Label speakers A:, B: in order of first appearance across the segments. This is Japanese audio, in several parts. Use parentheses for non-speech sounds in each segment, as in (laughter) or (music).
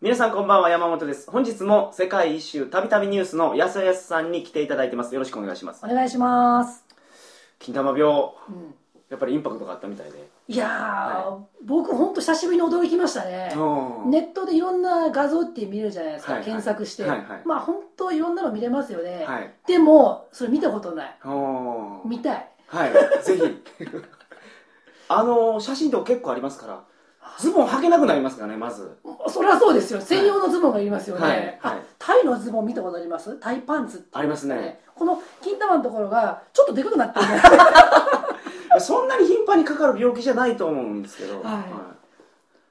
A: 皆さんこんばんは、山本です。本日も世界一周、たびたびニュースのやすやすさんに来ていただいてます。よろしくお願いします
B: お。願いします、
A: 金玉病、
B: うん
A: やっぱりインパクトがあったみたいで。
B: いやー、僕ほんと久しぶりに驚きましたね、
A: うん
B: ネットでいろんな画像って見れるじゃないですか、
A: はいはい
B: 検索して、
A: はいはい
B: まあ本当いろんなの見れますよね、
A: はい。
B: でもそれ見たことない
A: うん
B: 見たい
A: はい、ぜひ。 (laughs) あの、写真と結構ありますから、ズボン履けなくなりますからね、まず。
B: そりゃそうですよ専用のズボンがいりますよね、
A: はいはい
B: あタイのズボン見たことありますタイパンツって
A: ありますね。
B: この金玉のところがちょっとでかくなって
A: (laughs)
B: るね
A: そんなに頻繁にかかる病気じゃないと思うんですけど、
B: はい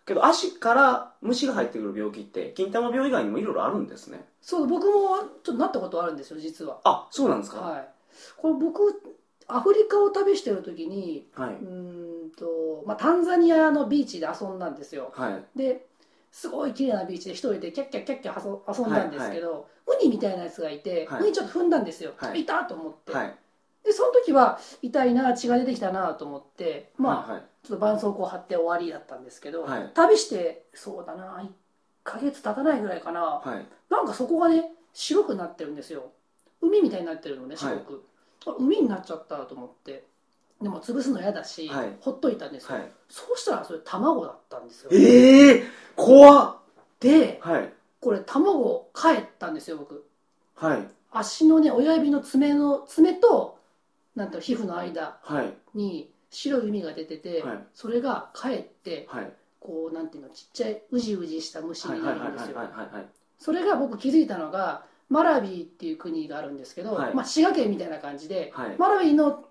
A: けど足から虫が入ってくる病気って金玉病以外にもいろいろあるんですね
B: そう僕もちょっとなったことあるんですよ実は
A: あそうなんですか
B: はいこれ僕アフリカを旅してる時に
A: はいう
B: ーんと、まあ、タンザニアのビーチで遊んだんですよ
A: はい
B: ですごい綺麗なビーチで一人でキャッキャッキャッキャ遊遊んだんですけど、ウニみたいなやつがいて、
A: はい
B: ウニちょっと踏んだんですよ、
A: はい
B: い、たと思って、
A: はい
B: でその時は痛いな血が出てきたなと思ってまあ、
A: はい
B: ちょっと絆創膏貼って終わりだったんですけど、
A: はい
B: 旅してそうだな1ヶ月経たないぐらいかな、
A: はいはい
B: なんかそこがね白くなってるんですよ海みたいになってるのね白く、あ海になっちゃったと思ってでも潰すの嫌だし、
A: はい
B: ほっといたんですよ、
A: はい
B: そうしたらそれ卵だったんですよ
A: ええー、怖っ
B: で
A: はい
B: これ卵帰ったんですよ僕
A: はい
B: 足のね親指の爪の爪となんていうの皮膚の間
A: はい
B: に白い海が出てて、
A: はい
B: それが帰って
A: はい
B: こうなんていうのちっちゃいうじうじした虫
A: はい
B: に
A: は
B: ない
A: はい
B: るんで
A: は
B: す
A: い
B: よ
A: はい
B: それが僕気づいたのがマラビーっていう国があるんですけど、
A: はい
B: まあ、滋賀県みたいな感じで
A: はい
B: マラビーの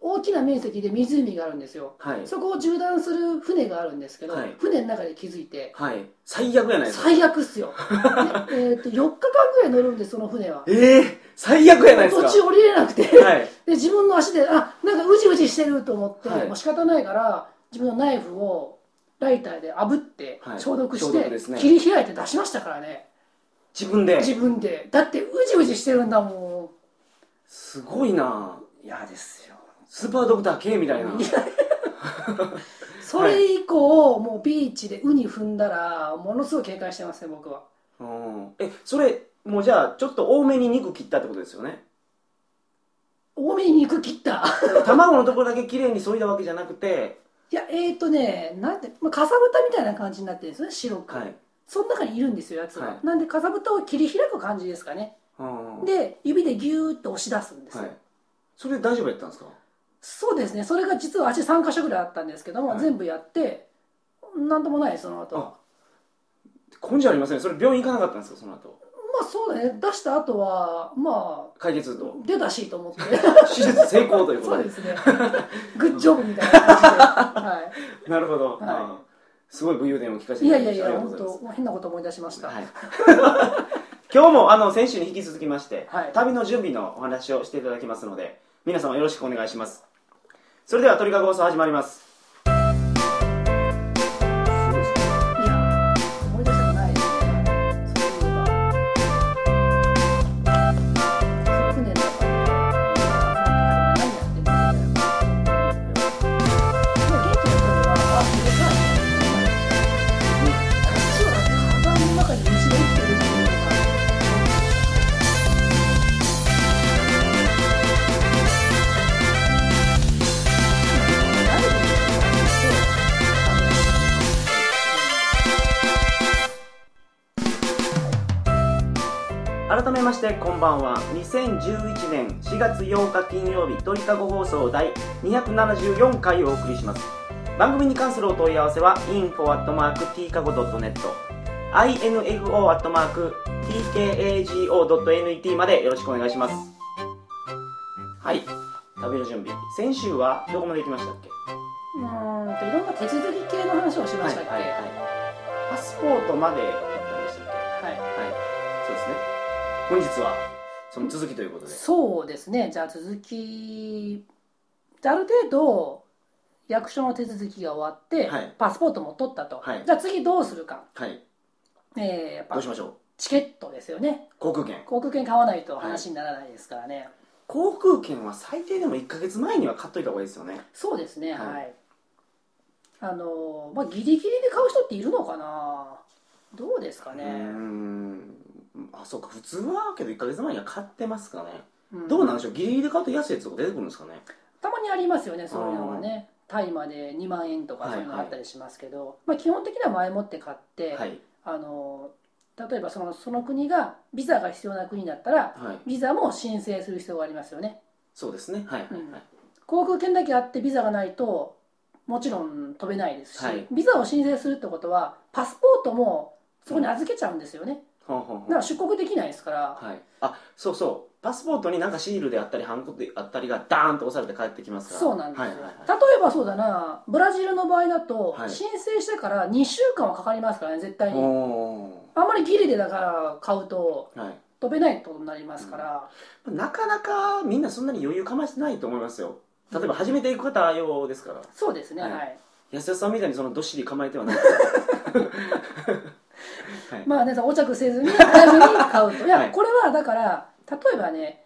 B: 大きな面積で湖があるんですよ
A: はい
B: そこを縦断する船があるんですけど、
A: はい
B: 船の中で気づいて
A: はい最悪やないですか
B: 最悪っすよでえーと4日間
A: (laughs)
B: ぐらい乗るんでその船は
A: ええー、最悪やないですか
B: 途中降りれなくて
A: はい
B: で自分の足であなんかうじうじしてると思って、
A: はい
B: もう仕方ないから自分のナイフをライターで炙って
A: はい
B: 消毒し
A: 消
B: て、
A: 毒ですね
B: 切り開いて出しましたからね
A: 自分で
B: 自分でだってうじうじしてるんだも
A: すごいなん
B: 嫌ですよ
A: スーパードクター K みたいな
B: (laughs) それ以降、もうビーチでウニ踏んだらものすごい警戒してますね僕は
A: うんえそれもうじゃあちょっと多めに肉切ったってことですよね (laughs)
B: 多めに肉切った
A: 卵のところだけ綺麗に削いだわけじゃなくて
B: いやえーとねなんて、まあ、かさぶたみたいな感じになってるんですよね白く、
A: はい、
B: その中にいるんですよやつが、
A: はい
B: なんでかさぶたを切り開く感じですかね
A: うん
B: で指でギューって押し出すんですよ、
A: はい、それで大丈夫やったんですか
B: そうですねそれが実は足3箇所ぐらいあったんですけども、
A: はい
B: 全部やってなんともないその後
A: あ根性ありませんねそれ病院行かなかったんですかその後
B: まあそうだね出した後はまあ
A: 解決
B: (laughs)
A: と
B: 出たしと思って
A: 手術成功というこ
B: そ
A: と
B: う
A: で
B: ですねグッジョブみたいな感じで、は
A: なるほど、
B: はい
A: あすごい武勇伝を聞かせて (laughs)
B: い、い
A: い
B: や
A: ただ
B: い
A: き
B: や
A: ましたありが
B: いや
A: とうございま
B: 本
A: す
B: 当変なこと思い出しました、
A: はい (laughs) 今日もあの先週に引き続きまして、
B: はい
A: 旅の準備のお話をしていただきますので皆様よろしくお願いしますそれでは鳥かご放送始まります
B: い、やー思い出したくないですねそういえばそういう船の中で何やってんだみたいなでも現地の人はあでかいね足は火山の中に虫が生きてるっていうのが慣れてるっていう感じであの
A: 改めましてこんばんは2011年4月8日金曜日鳥かご放送第274回をお送りします番組に関するお問い合わせは info.tkago.net info.tkago.net までよろしくお願いしますはい食べる準備先週はどこまで行きましたっけ
B: うーんといろんな手続き系の話をしましたっけ、
A: はいはいはいパスポートまで行ったんでしたっ
B: はい
A: けはいそうですね本日はその続きということで
B: そうですねじゃあ続きある程度役所の手続きが終わって、
A: はい
B: パスポートも取ったと、
A: はい
B: じゃあ次どうするか、
A: はい
B: えーやっ
A: ど
B: ぱ
A: うしましょう
B: チケットですよね
A: 航空券
B: 航空券買わないと話にならないですからね、
A: 航空券は最低でも1か月前には買っといた方がいいですよね
B: そうですね
A: は
B: はいい、あのーまあギリギリで買う人っているのかなどうですか
A: う
B: ね、
A: ーんあそうか普通はけど1か月前には買ってますかね、
B: うん
A: どうなんでしょうギリギリで買うと安いやつとか出てくるんですかね
B: たまにありますよねそういうのがねタイまで2万円とかそういうのがあったりしますけど、まあ、基本的には前もって買って、
A: はい
B: あの例えばそのその国がビザが必要な国だったら
A: はい
B: ビザも申請する必要がありますよね
A: そうですねはいはいはい、
B: うん航空券だけあってビザがないともちろん飛べないですし、
A: はい
B: ビザを申請するってことはパスポートもそこに預けちゃうんですよね
A: ほんほんほ
B: だ
A: ん
B: から出国できないですから、
A: はい、あそうそうパスポートになんかシールであったりハンコであったりがダーンと押されて帰ってきますから
B: そうなんですよ、
A: はいはいはい
B: 例えばそうだなブラジルの場合だと
A: はい
B: 申請してから2週間はかかりますからね絶対に
A: お
B: あんまりギリでだから買うと
A: ーはい
B: 飛べないってことになりますから、
A: なかなかみんなそんなに余裕かましてないと思いますよ例えば初めて行く方用ですから
B: そうですね
A: は
B: はいい、
A: 安田さんみたいにそのどっしり構えては (laughs) ないはい、
B: まあねお着せずに早めに買うといや、
A: はい
B: これはだから例えばね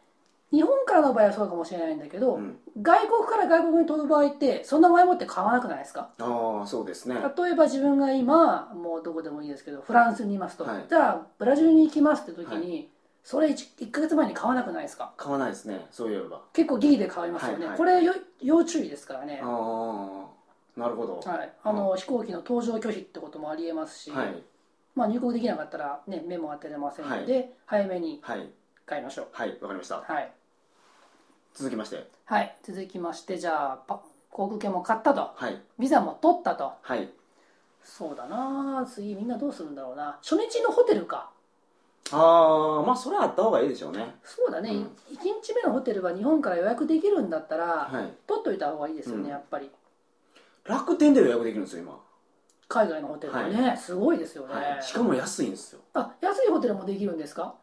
B: 日本からの場合はそうかもしれないんだけど、
A: うん、
B: 外国から外国に飛ぶ場合ってそんな前もって買わなくないですか
A: ああそうですね
B: 例えば自分が今もうどこでもいいですけどフランスにいますと、
A: はい
B: じゃあブラジルに行きますって時に、それ 1, 1ヶ月前に買わなくないですか
A: 買わないですねそういえば
B: 結構ギリで買いますよね、
A: はいはい
B: これよ要注意ですからね、
A: ああなるほどは
B: はい、あの飛行機の搭乗拒否ってこともありえますし、
A: いはい
B: まあ、入国できなかったら、ね、目も当てれませんので、早めに
A: はい
B: 買いましょう
A: はいわかりました
B: はい、
A: 続きまして
B: はい、続きましてじゃあパ航空券も買ったと
A: はい
B: ビザも取ったと
A: はい
B: そうだな次みんなどうするんだろうな初日のホテルか
A: ああまあそれはあった方がいいでしょうね
B: そうだね、
A: うん
B: 1日目のホテルは日本から予約できるんだったら、
A: はい
B: 取っといた方がいいですよね、
A: うん
B: やっぱり
A: 楽天で予約できるんですよ今
B: 海外のホテルはね、すごいですよね、
A: はい、しかも安いんですよ
B: あ安いホテルもできるんですか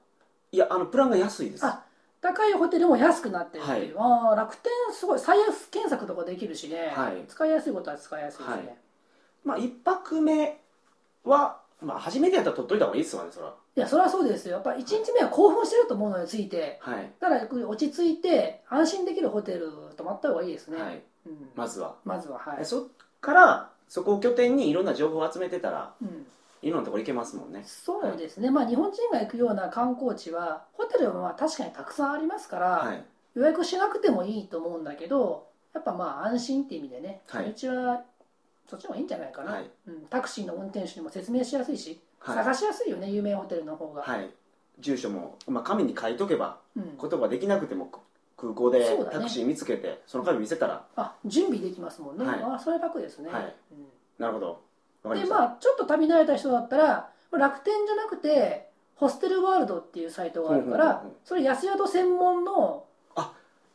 A: いやあのプランが安いです
B: あ高いホテルも安くなってるっていう、あー楽天すごい最安検索とかできるしね、
A: はい
B: 使いやすいことは使いやすいですね、
A: はいまあ一泊目は、まあ、初めてやったら取っといた方がいいですわねそれはい
B: やそれはそうですよやっぱり1日目は興奮してると思うのについて
A: はい、
B: だから落ち着いて安心できるホテル泊まった方がいいですね、
A: はい、
B: うんま
A: まずは、
B: ずははい、
A: そっからそこを拠点にいろんな情報を集めてたら
B: うん、
A: いろんなところ行けますもんね
B: そうですね、まあ日本人が行くような観光地はホテルはまあ確かにたくさんありますから、
A: はい
B: 予約しなくてもいいと思うんだけどやっぱまあ安心って意味でね
A: は
B: 初
A: い
B: 日はそっちの方がいいんじゃないかな、
A: はい
B: うん、タクシーの運転手にも説明しやすいし、
A: はい、
B: 探しやすいよね有名ホテルの方が、
A: はい、住所も、まあ、紙に書いとけば
B: うん、
A: 言葉できなくても空港で
B: そうだね
A: タクシー見つけてそ,、の紙見せたら
B: あ準備できますもんね、
A: はい
B: あそれ楽ですね、
A: はい
B: うん
A: なるほどわかりま
B: で
A: した、
B: まあちょっと旅慣れた人だったら楽天じゃなくてホステルワールドっていうサイトがあるか
A: ほうほう
B: ら
A: ほうほ
B: それ安宿専門の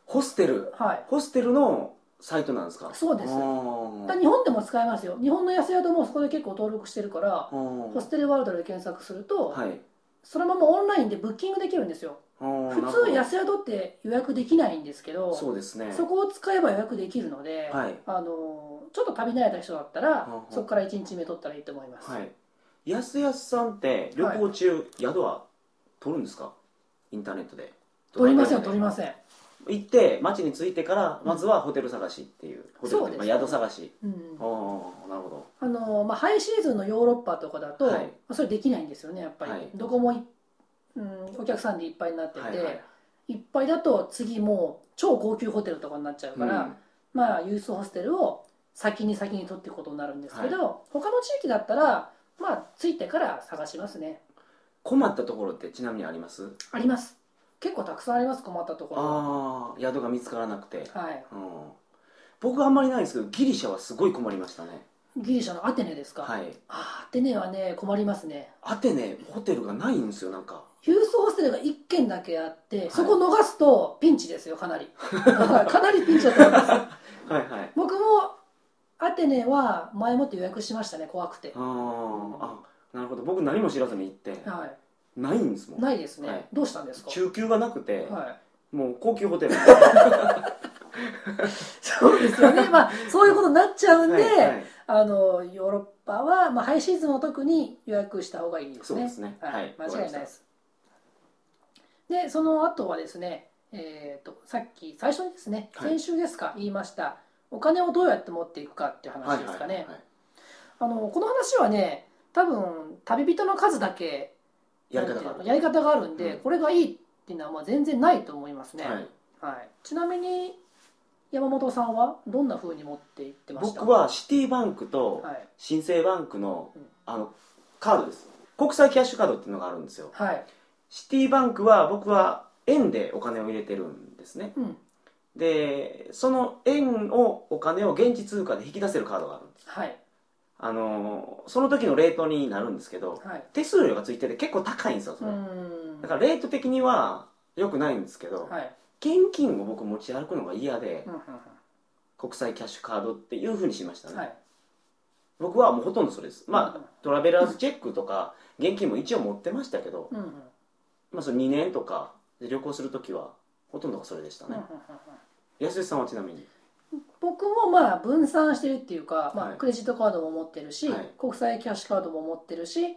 A: ホステル
B: はい
A: ホステルのサイトなんですか
B: そうです
A: あー
B: だから日本でも使えますよ日本の安宿もそこで結構登録してるから
A: あー
B: ホステルワールドで検索すると、
A: はい
B: そのままオンラインでブッキングできるんですよ普
A: 普
B: 通安宿って予約できないんですけど
A: そうですね
B: そこを使えば予約できるので、
A: はい
B: あのちょっと旅慣れた人だったら
A: ほうほう
B: そこから1日目取ったらいいと思います、
A: はい安安さんって旅行中、宿は取るんですかインターネットで
B: 取りません取りません、
A: ん行って町に着いてから
B: うん
A: まずはホテル探しっていう、ホテル
B: そう
A: とい
B: です
A: か宿探し
B: うん
A: ああなるほ
B: あのまあ、ハイシーズンのヨーロッパとかだと、
A: はい
B: まあそれできないんですよねやっぱり、
A: はい
B: どこもい、うん、お客さんでいっぱいになって
A: ど
B: て、
A: はいいはい
B: っぱいだと次もう超高級ホテルとかになっちゃう
A: う
B: か
A: ん
B: ら、まあユースホステルを先に先に取っていくことになるんですけど、他の地域だったらまあついてから探しますね
A: 困ったところってちなみにあります
B: あります結構たくさんあります困ったところは
A: ああ宿が見つからなくて、
B: はい
A: うん、僕はあんまりないんですけどギリシャはすごい困りましたね
B: ギリシャのアテネですか、
A: はい
B: あーアテネはね困りますね
A: アテネホテルがないんですよなんか
B: ユースホステルが1軒だけあって、そこ逃すとピンチですよかなりかなりピンチだと思い
A: (laughs)
B: ます
A: はいはい
B: 僕もアテネは前もって予約しましたね怖くて、
A: あーあなるほど僕何も知らずに行って
B: は
A: ないんですも
B: い、
A: ん
B: ないですね、
A: はい
B: どうしたんですか、
A: 中級がなくて、
B: はい、
A: もう高級ホ
B: (laughs)
A: テル
B: そうですよねまあそういうことになっちゃうんで、
A: はいはい
B: あのヨーロッパは、まあ、ハイシーズンは特に予約した方がいいです
A: そうで
B: ね
A: すね
B: は
A: はいい、
B: 間違いないですでその後はですね、えー、とさっき最初にですね
A: はい
B: 先週ですか、言いましたお金をどうやって持っていくかっていう
A: わか
B: 話
A: り
B: で
A: まし
B: す
A: た
B: か
A: はいはい
B: ね
A: はい
B: あのこの話はね多分旅人の数だけ
A: やり方があ
B: なんていうの
A: る
B: やり方があるんで、
A: うん
B: これがいいっていうのはまあ全然ないと思いますね、
A: はい、
B: はいちなみに山本さんはどんな風に持っていってました
A: 僕はシティバンクと
B: はい
A: 新生バンクの
B: うん
A: あのカードです国際キャッシュカードっていうのがあるんですよ
B: はい、
A: シティバンクは僕は円でお金を入れてるんですね
B: うん、
A: でその円をお金を現地通貨で引き出せるカードがあるんです
B: はい
A: あのーその時のレートになるんですけど
B: はい
A: 手数料がついてて結構高いんですよそうれ、
B: ーん
A: だからレート的には良くないんですけど、
B: はい
A: 現金を僕持ち歩くのが嫌で
B: うんうん
A: 国際キャッシュカードっていうふうにしました
B: うん
A: ね、
B: はい
A: 僕はもうほとんどそれですまあ
B: あ
A: トラベラーズチェックとか現金も一応持ってましたけど、
B: うんうんうんうん
A: まあ、その2年とかで旅行する時はほとんどがそれでした
B: うんう
A: ね
B: ん、
A: 安井さんはちなみに
B: 僕もまあ分散してるっていうか、ま
A: は
B: あ、
A: い
B: クレジットカードも持ってるし、
A: はい
B: 国際キャッシュカードも持ってるし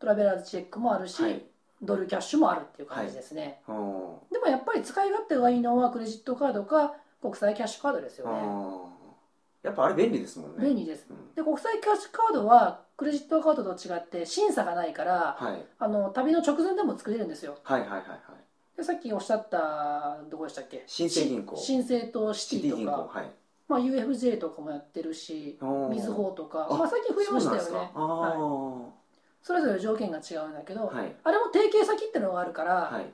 B: トラベラーズチェックもあるし、
A: はい
B: ドルキャッシュもあるっていう感じですね、
A: あー
B: でもやっぱり使い勝手がいいのはクレジットカードか国際キャッシュカードです
A: あ
B: よね
A: ーやっぱあれ便利ですもんね
B: 便利です
A: うん
B: で国際キャッシュカードはクレジットカードと違って審査がないから
A: はい、
B: あの旅の直前でも作れるんですよ
A: はいはいはいはい
B: でさっきおっしゃったどこでしたっけ
A: 新生銀行
B: し新生と
A: シ
B: シ
A: テ
B: テ
A: ィ
B: ィ
A: 銀
B: と
A: 行
B: か、
A: はい
B: まあ、UFJ とかもやってるしみずほとか
A: あ
B: まあ、最近増えましたよ
A: そうなんで
B: ね
A: すかあー
B: それぞれ条件が違うんだけど、
A: はい
B: あれも提携先ってのがあるから、
A: はい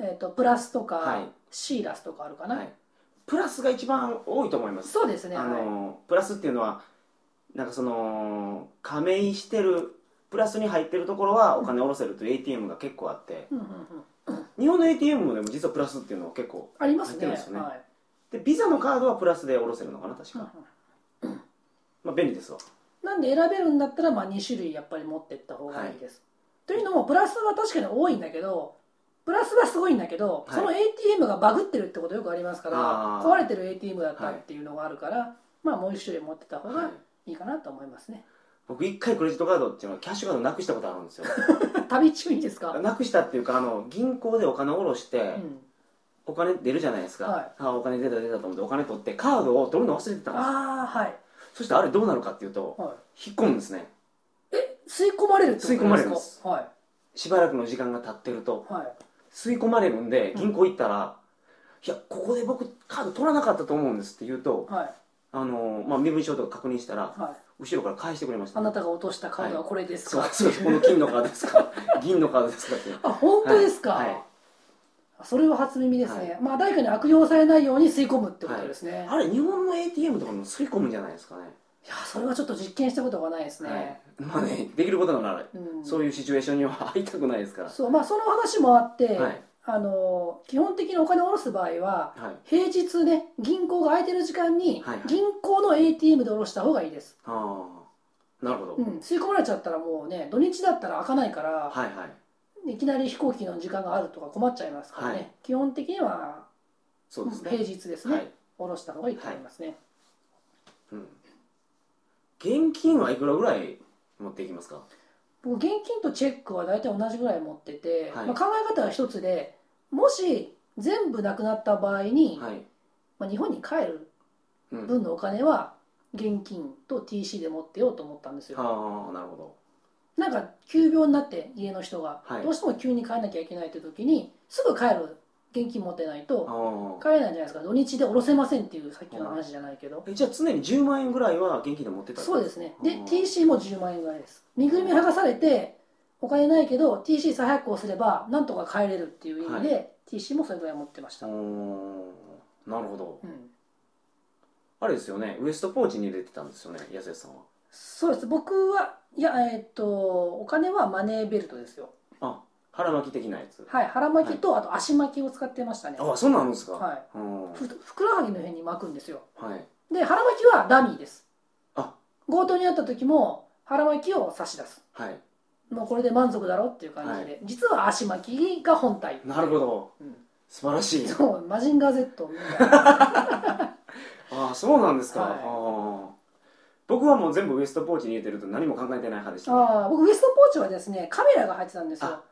B: えー、とプラスとか、
A: はい
B: シーラスとかあるかな、
A: はいプラスが一番多いと思います
B: そうですね
A: あ
B: はい
A: のプラスっていうのはなんかその加盟してるプラスに入ってるところはお金下ろせるという ATM が結構あって
B: うんうんうん、
A: 日本の ATM でも実はプラスっていうのは結構
B: あります
A: 入ってる
B: ね
A: んですよね
B: はい
A: でビザのカードはプラスで下ろせるのかな確
B: うんうん
A: か、まあ、便利ですわ
B: なんで選べるんだったらまあ2種類やっぱり持ってった方がいいです、というのもプラスは確かに多いんだけどプラスはすごいんだけど、
A: はい
B: その ATM がバグってるってことよくありますから
A: あー
B: 壊れてる ATM だったっていうのがあるから、まあもう1種類持ってた方
A: はい
B: がいいかなと思いますね、 (laughs)
A: 僕一回クレジットカードっていうのはキャッシュカードなくしたことあるん
B: (laughs)
A: ですよ
B: 旅中にですか、
A: なくしたっていうかあの銀行でお金下ろして、
B: うん、
A: お金出るじゃないですか、
B: はい
A: あお金出た出たと思ってお金取ってカードを取るの忘れてたんです
B: ああはい、
A: そしてあれどうなるかっていうと
B: はい、
A: 引っ込むんですね
B: 吸い込まれるってことですか
A: 吸い込まれるんです
B: は
A: しばらくの時間が経ってると
B: いはい
A: 吸い込まれるんで
B: うん
A: 銀行行ったら「いやここで僕カード取らなかったと思うんです」って言うと
B: はい
A: あの、まあ、身分証とか確認したら
B: はい
A: 後ろから返してくれました
B: あなたが落としたカードはこれです
A: そ
B: か、
A: うそうこの金のカードです
B: (laughs)
A: か銀のカードですかって
B: あ本当ですか、
A: はいはい
B: それは初耳ですね、
A: は
B: まあ誰かに悪用されないように吸い込むってことですね、い、
A: あれ日本の ATM とかも吸い込むんじゃないですかね
B: やそれはちょっと実験したことがないですね、
A: はい、まあねできることならない
B: うん、
A: そういうシチュエーションには入りたくないですから
B: そうまあその話もあって、
A: はい
B: あの基本的にお金を下ろす場合は
A: はい
B: 平日ね銀行が空いてる時間に
A: はいはい
B: 銀行の ATM で下ろした方がいいです、
A: ああなるほど、
B: うん、吸い込まれちゃったらもうね土日だったら開かないから、
A: はいはい
B: いきなり飛行機の時間があるとか困っちゃいますからね、
A: はい
B: 基本的には
A: そうですね
B: 平日ですね、
A: はい
B: 下ろした方がいいと思いますね、
A: うん、現金はいくらぐらい持っていきますか
B: 僕現金とチェックは大体同じぐらい持ってて、
A: はい
B: まあ、考え方は一つでもし全部なくなった場合に、
A: はい、
B: まあ、日本に帰る
A: うん、
B: 分のお金は現金と TC で持ってようと思ったんですよ、
A: ああなるほど
B: なんか急病になって家の人が、
A: はい
B: どうしても急に帰らなきゃいけないという時にすぐ帰る現金持ってないと
A: あ
B: 帰れないじゃないですか土日で下ろせませんっていうさっきの話じゃないけど
A: あえじゃあ常に10万円ぐらいは現金で持ってた
B: そうですねで
A: うん
B: TC も10万円ぐらいです身ぐるみ剥がされてお金ないけど TC 再発行すればなんとか帰れるっていう意味で、TC もそれぐらい持ってました、
A: おーなるほど
B: うん
A: あれですよねウエストポーチに入れてたんですよね安江さんは
B: そうです僕はいやえーっとお金はマネーベルトですよ
A: あ腹巻き的なやつ、
B: はい腹巻きと、あと足巻きを使ってましたね
A: ああそんなんあるんですか
B: は
A: うん
B: いふふくらはぎの辺に巻くんですよ
A: はい
B: で腹巻きはダミーです
A: あ
B: 強盗にあった時も腹巻きを差し出す
A: はい
B: もうこれで満足だろっていう感じで、実は足巻きが本体
A: なるほど
B: うん
A: 素晴らしい
B: そう、マジンガー Z みたいな。
A: ああそうなんですか、
B: はい
A: ああ僕はもう全部ウエストポーチに入れてると何も考えてない派でした、
B: ああ、僕ウエストポーチはですね、カメラが入ってたんですよ
A: あ。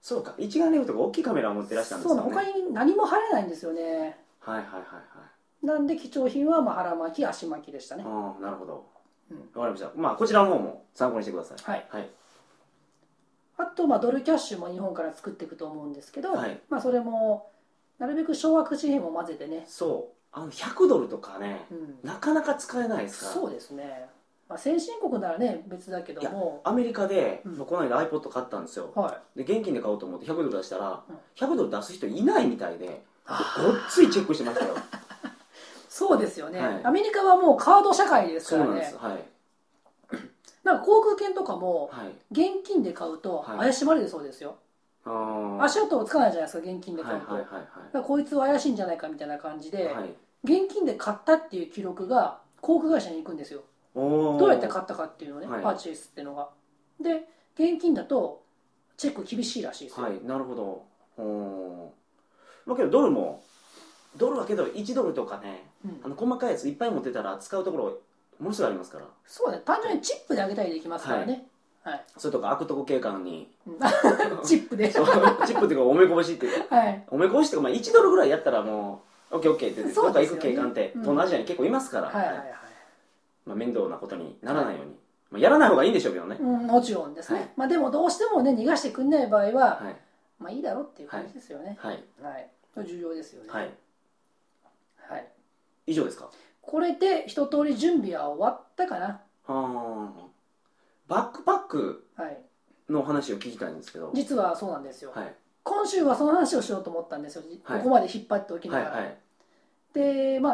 A: そうか一眼レフとか大きいカメラを持ってらっしゃるんで
B: そ
A: す
B: う
A: か
B: な
A: ね
B: の、他に何も入れないんですよね。
A: はいはいはいはい
B: なんで貴重品はまあ腹巻き、足巻きでしたね。
A: ああなるほど
B: うん
A: わかりました。まあ、こちらの方も参考にしてください。
B: はい、
A: はい。
B: あとまあドルキャッシュも日本から作っていくと思うんですけど、
A: はい
B: まあ、それもなるべく掌握紙幣も混ぜてね、
A: そう。あの、100ドルとかね、
B: うん、
A: なかなか使えないですから。
B: そうですね、まあ、先進国ならね別だけども
A: アメリカで、
B: うん
A: この間 iPod 買ったんですよ。
B: は
A: で、現金で買おうと思って100ドル出したら
B: うん、
A: 100ドル出す人いないみたいで、
B: い
A: ごっついチェックしてましたよ。
B: そうですよね、
A: はい
B: アメリカはもうカード社会 (laughs) です
A: そ
B: か
A: う
B: ら
A: なんで
B: ね
A: す。はい。
B: なんか航空券とかも
A: はい。
B: 現金で買うと
A: はい
B: 怪しまれるそうですよ、
A: あー
B: 足音をつかないじゃないですか現金で
A: はい
B: 買
A: は
B: う
A: い
B: と、
A: はい
B: だからこいつは怪しいんじゃないかみたいな感じで、
A: はい。はい。
B: 現金で買ったっていう記録が航空会社に行くんですよ
A: おー
B: どうやって買ったかっていうのね、
A: はい
B: パーチェイスっていうのがで現金だとチェック厳しいらしいですよ、
A: はい、なるほど。おーまあけどドルも、ドルはけど1ドルとかね、
B: うん
A: あの細かいやついっぱい持ってたら使うところものすごいありますから
B: そうだね単純にチップであげたりできますからねはい、
A: それとか悪徳警官に (laughs)
B: うんチップで
A: そうチップっていうかおめこぼしっていうか
B: はい
A: おめこぼしっていうか、まあ、1ドルぐらいやったらもうオッケーオッケーって
B: そ
A: ど
B: う
A: っか
B: で
A: 行
B: すよ
A: く
B: ね
A: 警官って
B: うん
A: 東南アジアに結構いますから、
B: はいはいはい
A: まあ、面倒なことにならないように、まあ、やらない方がいいんでしょうけどね、
B: うん、もちろんですね、
A: はい
B: まあでもどうしてもね逃がしてくんない場合は、
A: はい
B: まあいいだろうっていう感じですよね
A: はい
B: はい、これ重要ですよね
A: はい
B: はい
A: 以上ですか
B: これで一通り準備は終わったかな
A: あーバックパック
B: はい
A: の話を聞きたいんですけど
B: 実はそうなんですよ、
A: はい
B: 今週はその話をしようと思ったんですよ、
A: はい
B: ここまで引っ張っておきな
A: は
B: が
A: い
B: ら、
A: はい
B: でま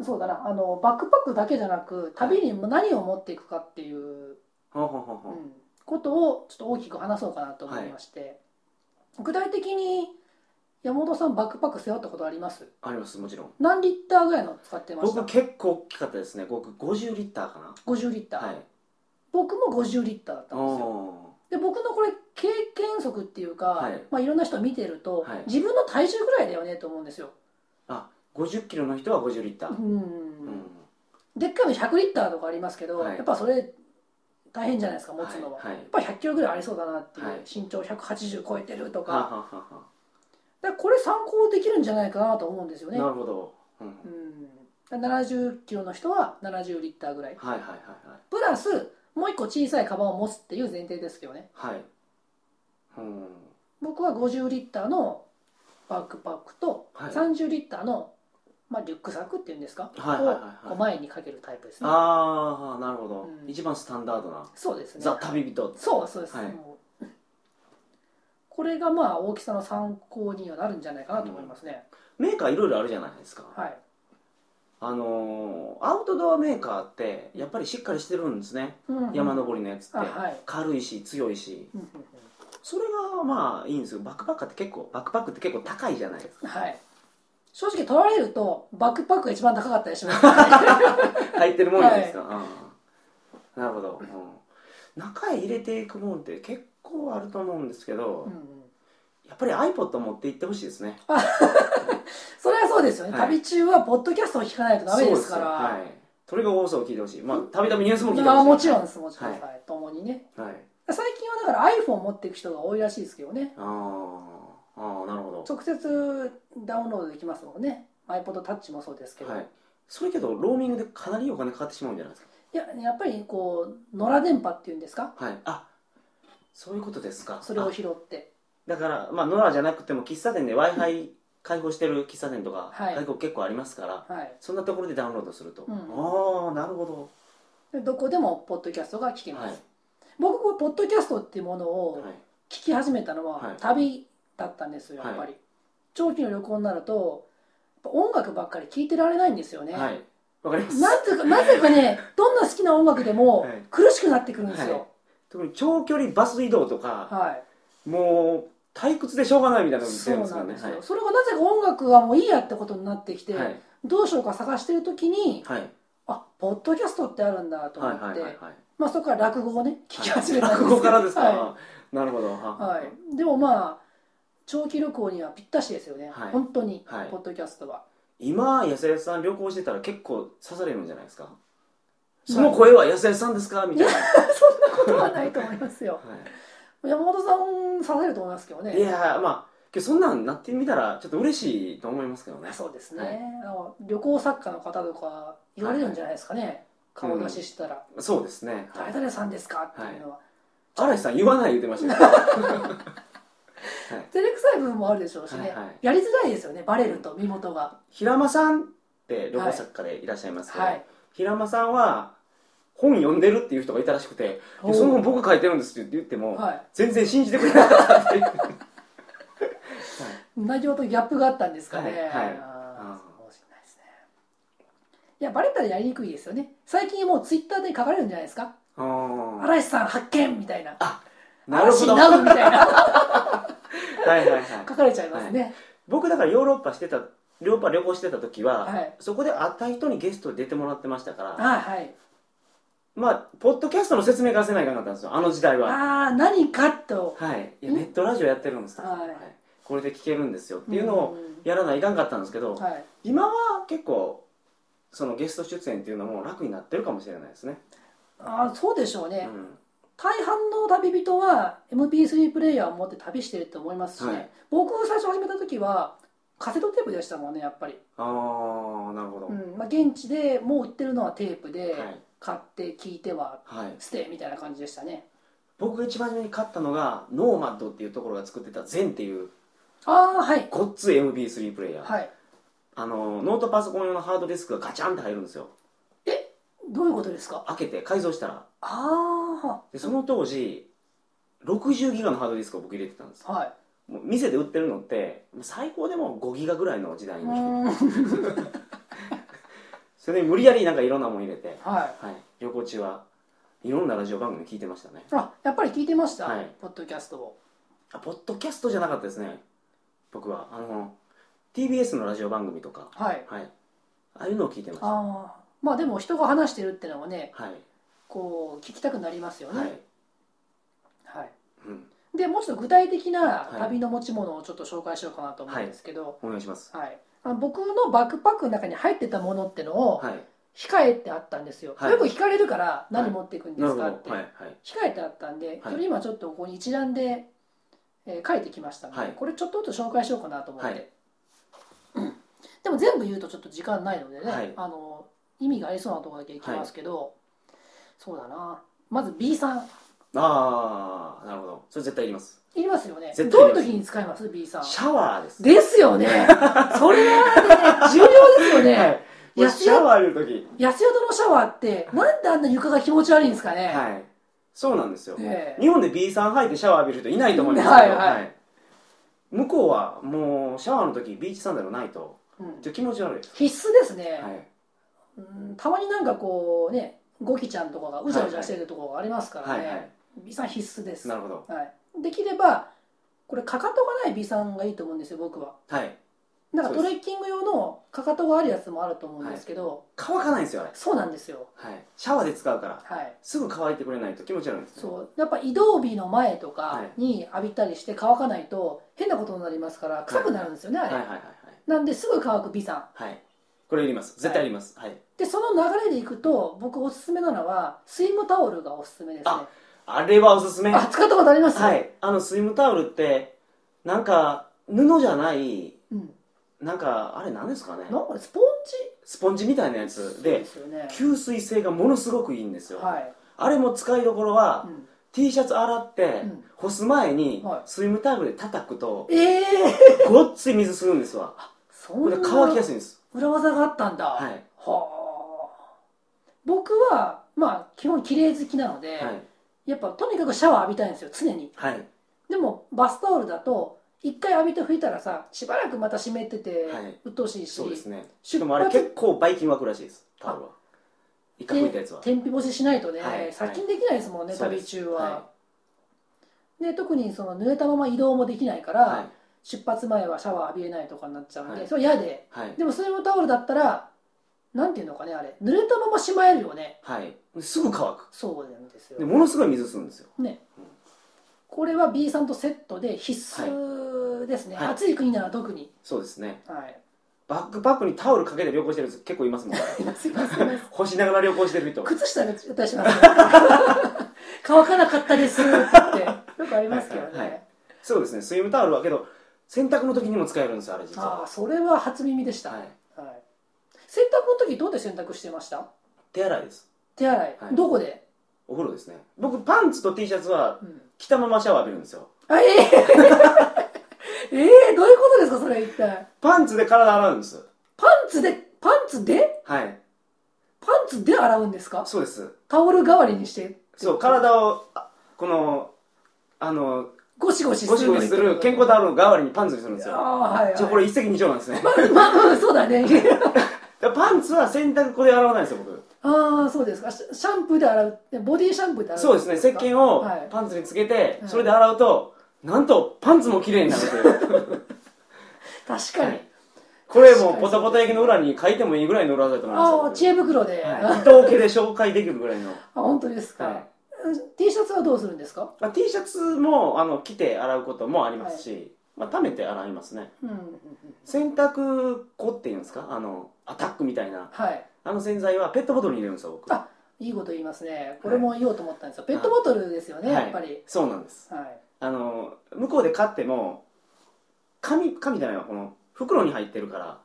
B: あそうだなあのバックパックだけじゃなく旅にも何を持っていくかっていう、
A: ほうほうほう
B: う
A: ほ
B: んことをちょっと大きく話そうかなと思いまして、具体的に山本さんバックパック背負ったことあります
A: うありますもちろん
B: 何リッターぐらいの使ってました
A: 僕結構大きかったですね僕50リッターか
B: 50リッタ
A: な
B: ー、
A: はい
B: 僕も50リッターだったんですよ
A: お
B: で僕のこれ経験則っていうか、
A: はい
B: まあ、いろんな人見てると、
A: はい
B: 自分の体重ぐらいだよねと思うんですよ、
A: ー50キロの人は50リッター、
B: うん
A: う
B: でっかいの100リッターとかありますけど、
A: はい
B: やっぱそれ大変じゃないですか持つの
A: は
B: は、
A: いはい
B: やっぱり100キロぐらいありそうだなっていう、
A: はい
B: 身長180超えてると
A: はは
B: か,、
A: はは
B: だからこれ参考できるんじゃないかなと思うんですよね
A: なるほど、うん
B: うん、70キロの人は70リッターぐらい
A: はいはいは
B: プラスもう一個小さいカバンを持つっていう前提ですけどね
A: いはいはいうん
B: 僕は50リッターのバックパックと
A: はい
B: 30リッターの、まあ、リュックサックっていうんですか、
A: はいはいはいはい
B: をこう前にかけるタイプですね
A: ああなるほど、
B: うん
A: 一番スタンダードな、
B: そうですね
A: ザ・旅人
B: そうそうです、
A: はい
B: もうこれがまあ大きさの参考にはなるんじゃないかなと思いますね、
A: メーカーいろいろあるじゃないですか、
B: はい
A: あのーアウトドアメーカーってやっぱりしっかりしてるんですね、
B: うんうん
A: 山登りのやつって、
B: あはい
A: 軽いし強いし
B: うんうんうん
A: それがまあいいんですよバックパッカーって結構バックパックって結構高いじゃないですか
B: はい正直取られるとバックパックが一番高かったりし
A: (laughs)
B: ますね
A: 入ってるもんじゃないですか、うん、なるほど、うん、中へ入れていくもんって結構あると思うんですけど、
B: うんうん
A: やっぱり iPod 持って行ってほしいですね
B: それはそうですよね、
A: はい
B: 旅中はポッドキャストを聞かないとダメですから
A: そうですよはいトリガー放送を聞いてほしいまあたびたびニュースも聞いてほしい
B: まあもちろんですもちろん
A: はい
B: です、はい、共にね
A: はい
B: 最近はだから iPhone 持っていく人が多いらしいですけどね
A: あーあーなるほ
B: 直接ダウンロードできますもんね iPodTouch もそうですけ
A: ど
B: ど、
A: はいそれけどローミングでかなりお金かかってしまうんじゃないです
B: いややっぱりこう野良電波っていうんですか
A: かはいあそういうことですか
B: それ
A: あ
B: を拾って
A: だからまあノラじゃなくても喫茶店で w i f i 開放してる喫茶店とか、
B: はい
A: 外国結構ありますから
B: はい
A: そんなところでダウンロードすると、
B: うん
A: ああなるほど
B: でどこでもポッドキャストが聞けま
A: は
B: す、
A: い
B: 僕こうポッドキャストっていうものを
A: はい
B: 聞き始めたのは、
A: はい
B: 旅だったんですよやっぱり、長期の旅行になるとやっぱ音楽ばっかり聞いてられないんですよね、
A: はいわかります
B: なぜかなぜかねどんな好きな音楽でも
A: はい
B: 苦しくなってくるんですよ
A: 特に長距離バス移動とか、
B: はい、
A: もう退屈でしょうがないみたいなこと言って
B: そ
A: る
B: うん
A: ですから
B: なん
A: ね
B: ですよ、それがなぜか音楽がもういいやってことになってきて、
A: はいはい
B: どうしようか探してる時に
A: はい
B: あポッドキャストってあるんだと
A: は
B: 思
A: い
B: って、
A: はいはいはい
B: まあ、そこから落語をね聞き始めたんです
A: 落
B: よ
A: 語からですか、
B: は、
A: なるほどはい
B: はい、でもまあ長期旅行にはぴったしですよね、
A: はい
B: 本当に、
A: はい
B: ポッドキャストは
A: 今安江さん旅行してたら結構刺されるんじゃないですかその声は安江さんですかみたいな、
B: そんなことはないと思います
A: (laughs)
B: よ
A: は
B: 山本さん刺されると思いますけどね
A: い、いやーまあけどそんなんなってみたらちょっと嬉しいと思いますけどね
B: そうですね、
A: はい
B: あの旅行作家の方とか言われるんじゃないですかね、顔出ししたら
A: そうですね
B: 「
A: は
B: 誰
A: い
B: 々さんですか?」っていうのは、
A: 荒井さん言わない言ってましたけど
B: (laughs)
A: は
B: 照れくさい部分もあるでしょうしね、
A: はいはい
B: やりづらいですよねバレると身元が
A: い平間さんってロゴ作家でいらっしゃいますけど、
B: はい
A: 平間さんは本読んでるっていう人がいたらしくて「でその本僕が書いてるんです」って言っても、
B: はい
A: 全然信じてくれなかった
B: (laughs)
A: っていう
B: 内容とギャップがあったんですかね、
A: はいはい
B: あー
A: うん
B: そうかもしれないですねいやバレたらやりにくいですよね最近もうツイッターで書かれるんじゃないですか
A: あ
B: 「
A: ー
B: 嵐さん発見!」みたいな
A: なるほどは
B: ナウみたいな
A: いはいはい
B: 書かれちゃいますね、
A: 僕だからヨーロッパしてたヨーロッパ旅行してた時は、
B: はい
A: そこで会った人にゲストで出てもらってましたから、
B: はい、はい
A: まあポッドキャストの説明がせないかなかったんですよあの時代は
B: ああ何かと
A: はいいや
B: うん
A: ネットラジオやってるんですと、
B: はい
A: これで聞けるんですよっていうのをやらないかんかったんですけど、
B: はい、
A: 今は結構そのゲスト出演っていうのも楽になってるかもしれないですね、
B: ああそうでしょう
A: う
B: ね、
A: ん
B: 大半の旅人は MP3 プレイヤーを持って旅してると思いますしね、
A: はい
B: 僕最初始めた時はカセットテープでしたもんねやっぱり、
A: ああなるほど、
B: うんまあ、現地でもう売ってるのはテープで
A: はい、
B: 買って聞いては
A: はい、
B: 捨てみたいな感じでしたね
A: 僕が一番初めに買ったのがノーマッドっていうところが作ってたゼンっていう
B: ああはい
A: ごっつい MP3 プレイヤー、
B: はい
A: あのノートパソコン用のハードディスクがガチャンって入るんですよ
B: どういうことですか
A: 開けて改造したら
B: あ
A: でその当時60ギガのハードディスクを僕入れてたんです
B: あはい
A: もう店で売ってるのって最高でも5ギガぐらいの時代
B: う
A: の人
B: ーん
A: それに無理やりなんかいろんなもん入れて、
B: はい
A: はい、旅行中はいろんなラジオ番組聞いてましたね
B: あやっぱり聞いてました、
A: はい
B: ポッドキャストを
A: あポッドキャストじゃなかったですね僕はあの TBS のラジオ番組とか
B: はい
A: はいああいうのを聞いてましたは
B: ああまあでも人が話してるってのはね
A: い
B: こう聞きたくなりますよね、
A: はい、
B: はい
A: うん、
B: でもうちょっと具体的な
A: はい
B: 旅の持ち物をちょっと紹介しようかなと思うんですけど、
A: お願いします
B: はいあの僕のバックパックの中に入ってたものってのを
A: はい
B: 控えてあったんですよ、
A: はい
B: よく聞かれるから何持っていくんで
A: なる
B: す
A: ほど
B: か
A: はい
B: って、
A: はい
B: 控えてあったんで
A: はい
B: それ今ちょっとここに一覧で、えー書いてきましたので、
A: はい
B: これちょっとずつ紹介しようかなと思って、
A: はい
B: うんでも全部言うとちょっと時間ないのでね、
A: はい
B: あの意味がありそうなところだけいきますけど、そうだなまず B さん
A: ああなるほどそれ絶対いります
B: いりますよね
A: 絶対
B: ど
A: いう
B: い
A: ります
B: う時に使います B さん
A: シャワーです
B: ですよね。
A: (laughs)
B: それはね、重要ですよ
A: は
B: ね。
A: い
B: いや
A: シャワーいう時
B: 安宿のシャワーって、なんであんな床が気持ち悪いんですかね。
A: はいそうなんですよ
B: ねえ
A: 日本で B さん履いてシャワー浴びる人いないと思いますけど
B: はいはい
A: 向こうはもうシャワーの時ビーチサンダルないと
B: うん
A: ちょっと気持ち悪いです
B: 必須ですね、
A: はい
B: うんたまになんかこうね、ゴキちゃんとかがうじゃうじゃしてるところがありますからね。
A: はいはい
B: B さん必須です、
A: なるほど
B: はい。できれば、これかかとがない B さんがいいと思うんですよ、僕は。
A: はい
B: なんかトレッキング用のかかとがあるやつもあると思うんですけど、
A: 乾かないんですよあれ
B: そうなんですよ。
A: はいシャワーで使うから
B: はい。
A: すぐ乾いてくれないと気持ち悪いんですね
B: そうやっぱ移動日の前とかに浴びたりして乾かないと変なことになりますから臭くなるんですよね、
A: はいは
B: あ
A: い
B: れ
A: はいはい
B: なんですぐ乾く美さ
A: はいこれいります絶対いりますはい
B: んでその流れでいくと僕おすすめなのはスイムタオルがおすすめですね
A: ああれはおすすめ
B: あ使ったことあります
A: はい、あのスイムタオルってなんか布じゃない
B: うん、
A: なんかあれなんですかね
B: なんかスポン
A: スポンジみたいなや
B: ジ
A: つ
B: そう
A: で
B: ですよね
A: 吸水性がものすごくいいんですよ、
B: はい、
A: あれも使いどころは、
B: うん、
A: T シャツ洗って、
B: うん
A: 干す前に、
B: はい
A: スイムタオルで叩くと
B: ええ
A: ごっつい水吸うんですわ
B: そ
A: こ
B: ん
A: れ
B: な
A: 乾きやすいんです
B: 裏技があったんだ
A: はい
B: はあ僕はまあ基本綺麗好きなので、
A: はい
B: やっぱとにかくシャワー浴びたいんですよ常に
A: はい
B: でもバスタオルだと一回浴びて拭いたらさしばらくまた湿ってて
A: はい
B: 鬱陶しいし、
A: そうですねし
B: 出
A: か
B: 発
A: もあれ結構ばい菌湧くらしいですタオルは一回拭いたやつは
B: 天日干ししないとね、
A: はい
B: 殺菌できないですもんね、
A: そうで
B: 旅
A: す
B: 中は、
A: は
B: で特にその濡れたまま移動もできないから、
A: いはい
B: 出発前はシャワー浴びれないとかになっちゃうんで、
A: はい
B: それは嫌で
A: はい
B: でもそれもタオルだったらなんていうのかねあれ濡れたまましまえるよね
A: はいですぐ乾く
B: そうなんですよ
A: でものすごい水吸うんですよ
B: ね
A: うん
B: これは B さんとセットで必須ですね、
A: はい
B: 暑い国なら特に
A: そうですね
B: はい
A: バックパックにタオルかけて旅行してる人結構います
B: (laughs)
A: もん
B: すいません
A: 干しながら旅行してる人
B: 靴下が出しま
A: (laughs)
B: すよ乾かなかったですって言ってよくありますけどね、
A: はいはいそうですねスイムタオルはけど洗濯の時にも使えるんですよあれ実
B: あ
A: は
B: あそれは初耳でした、
A: はい
B: はい洗濯の時どうで洗濯してました
A: 手洗いです
B: 手洗い、
A: はい
B: どこで、
A: お風呂ですね僕パンツと T シャツは
B: うん、
A: 着たままシャワー浴びるんですよ
B: あえ (laughs) えええどういうことですかそれ一体
A: パンツで体洗うんです
B: パンツでパンツで
A: はい
B: パンツで洗うんですか
A: そうです
B: タオル代わりにして
A: そう体をあこのあの
B: ゴシゴシ
A: ゴシゴシする健康タオルの代わりにパンツにするんです
B: あ
A: よ
B: あはい、はい、
A: じゃあこれ一石二鳥なんですね
B: (laughs) まあうんそうだね (laughs)
A: だからパンツは洗濯粉で洗わないんですよ僕
B: ああそうですかシシャンプーで洗うボディシャンプーで洗う
A: そうですね石
B: を
A: 鹸を
B: はい
A: パンツにつけて
B: はい
A: それで洗うとなんとパンツも綺麗になるという
B: 確かに、
A: はいこれもうポタポタ焼きの裏に書いてもいいぐらいの裏技だと思いますよ
B: ああ知恵袋で、
A: は
B: (laughs) あ
A: い、伊藤家で紹介できるぐらいの、
B: 本当ですか、
A: はい
B: うん T シャツはどうするんですか、
A: まあ、T シャツもあの着て洗うこともありますし、まあ、溜めて洗いますね
B: うんうんうん、
A: 洗濯粉っていうんですかあのアタックみたいな
B: はい
A: あの洗剤はペットボトルに入れるんですよ僕
B: あいいこと言いますねこれも言おうと思ったんですよ、ペットボトルですよね、
A: はい
B: やっぱり
A: そうなんです
B: はい
A: あの向こうで買っても紙紙じゃないわこの袋に入ってるから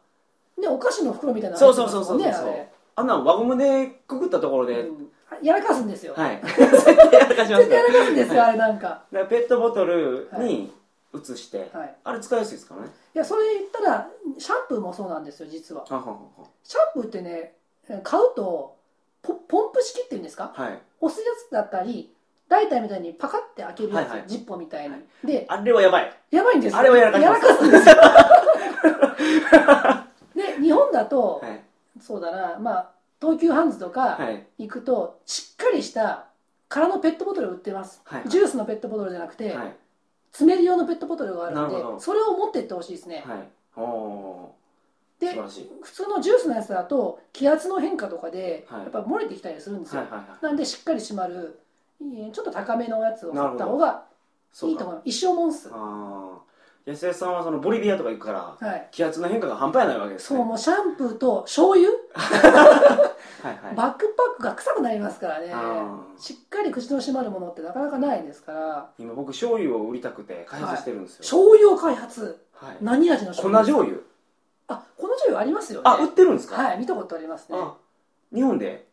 B: ね、お菓子の袋みたいな
A: そうそうそうそう
B: ね
A: そう
B: あれ
A: あんな輪ゴムでくぐったところで、
B: うんあやらかすんですよ、
A: はい (laughs) 絶対やらかしま
B: 絶
A: すか
B: 対
A: ら
B: やらかすんですよあれなんか
A: だからペットボトルに移して、
B: はい
A: あれ使いやすいですからね
B: いやそれ言ったらシャンプーもそうなんですよ実は
A: ははは
B: シャンプーってね買うとポポンプ式っていうんですか
A: ははい
B: 押すやつだったりライターみたいにパカって開けるやつ、
A: はいはい
B: ジッポーみたいに、
A: は
B: で
A: あれはやばい
B: やばいんですよ
A: あれはやらかします
B: すんですよで日本だと、
A: はい
B: そうだなまあ東急ハンズとか
A: はい
B: 行くと、しっかりした空のペットボトル売ってます、
A: はい
B: ジュースのペットボトルじゃなくて、
A: はい
B: 詰める用のペットボトルがあるので
A: なるほど
B: それを持ってってほしいですね、
A: はいおー素晴
B: で
A: らしい
B: 普通のジュースのやつだと気圧の変化とかで
A: はい
B: やっぱ漏れてきたりするんですよ、
A: はいはいはい
B: なんでしっかり締まるえーちょっと高めのやつを買った方がい
A: そう
B: いと
A: か
B: 思います一生もんっすは
A: ああ安江さんはそのボリビアとか行くから
B: い
A: 気圧の変化が半端やないわけです
B: そう
A: ね
B: もうシャンプーと醤油
A: はいはい
B: バックパックが臭くなりますからね
A: あー
B: しっかり口の締まるものってなかなかないですから
A: 今僕醤油を売りたくて開発してるんですよ、
B: 醤油を開発
A: はい
B: 何味の
A: 粉
B: 醤油
A: 醤油
B: あ粉醤油ありますよね
A: あ売ってるんですか、
B: はい見たことありますね
A: あ日本で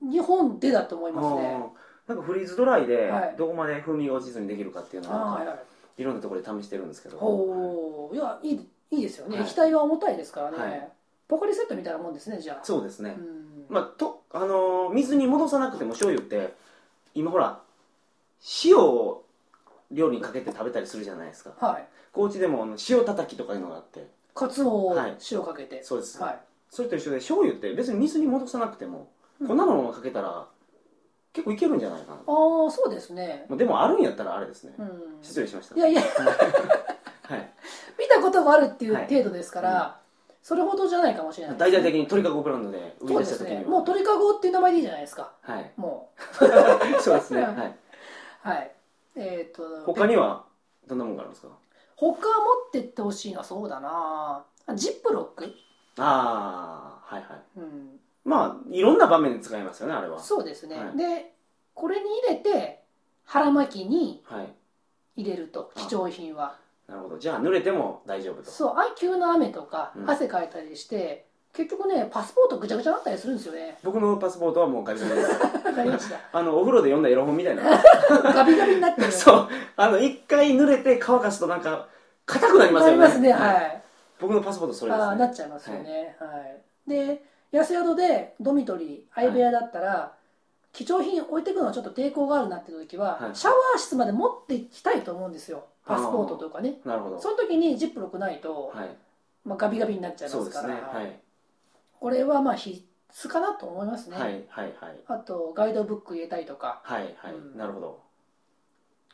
B: 日本でだと思いますね
A: あーなんかフリーズドライで
B: はい
A: どこまで風味が落ちずにできるかっていうの
B: あ
A: は
B: ーはいはい
A: いろんなところで試してるんですけど
B: ほういやいいいいですよね、
A: はい
B: 液体は重たいですからね、
A: はい
B: ポカリセットみたいなもんですねじゃあ
A: そうですね、
B: ん
A: まあとあのー水に戻さなくても醤油って今ほら塩を料理にかけて食べたりするじゃないですか
B: はい
A: 高知でもあの塩たたきとかいうのがあって
B: カツオを
A: はい
B: 塩かけて、
A: そうです、
B: はい
A: それと一緒で醤油って別に水に戻さなくても
B: うん
A: 粉のままかけたら結構いけるんじゃないかな、
B: ああそうですね
A: まあでもあるんやったらあれですね、
B: うん
A: 失礼しました
B: いやいや
A: はい
B: 見たことがあるっていう
A: はい
B: 程度ですから、それほどじゃないかもしれない
A: 大々
B: です
A: 的
B: ね
A: に鳥かごブランドで売り
B: そ
A: 出
B: うで
A: した
B: す
A: 時には
B: ねもう鳥かごっていう名前でいいじゃないですか
A: はい (laughs)
B: もう
A: そうですね、はい、
B: はいえっ、と
A: 他にはどんなもんがあるんですか
B: 他持ってってほしいのはそうだなあジップロック
A: ああはいはい
B: うん
A: まあいろんな場面で使いますよねあれは
B: そうですね、
A: はい
B: でこれに入れて腹巻きに
A: はい
B: 入れると
A: あ
B: 貴重品は
A: なるほどじゃあ濡れても大丈夫と
B: そうあ急な雨とか
A: うん
B: 汗かいたりして、結局ねパスポートぐちゃぐちゃになったりするんですよ
A: (laughs)
B: ね
A: 僕のパスポートはもうガビガビです (laughs)
B: ガリガリした
A: あのお風呂で読んだエロ本みたいな
B: (laughs) ガビガビになって
A: (laughs)
B: る
A: そうあの一回濡れて乾かすとなんか硬くなります
B: な
A: よ
B: り
A: ね
B: ますねはい
A: 僕のパスポートそれです
B: あーな
A: ね
B: っちゃいますよねはい、で安宿でドミトリー相部屋だったら、貴重品置いていくのはちょっと抵抗があるなっていう時は、
A: はい
B: シャワー室まで持っていきたいと思うんですよパスポートとかね
A: なるほど
B: その時にジップロックないと、
A: はい
B: まあ、ガビガビになっちゃいま
A: そう
B: す
A: で
B: か
A: す
B: ら
A: ねはい
B: これはまあ必須かなと思いますね、
A: はいはいはい
B: あとガイドブック入れたりとか
A: はいはい
B: うん
A: なるほど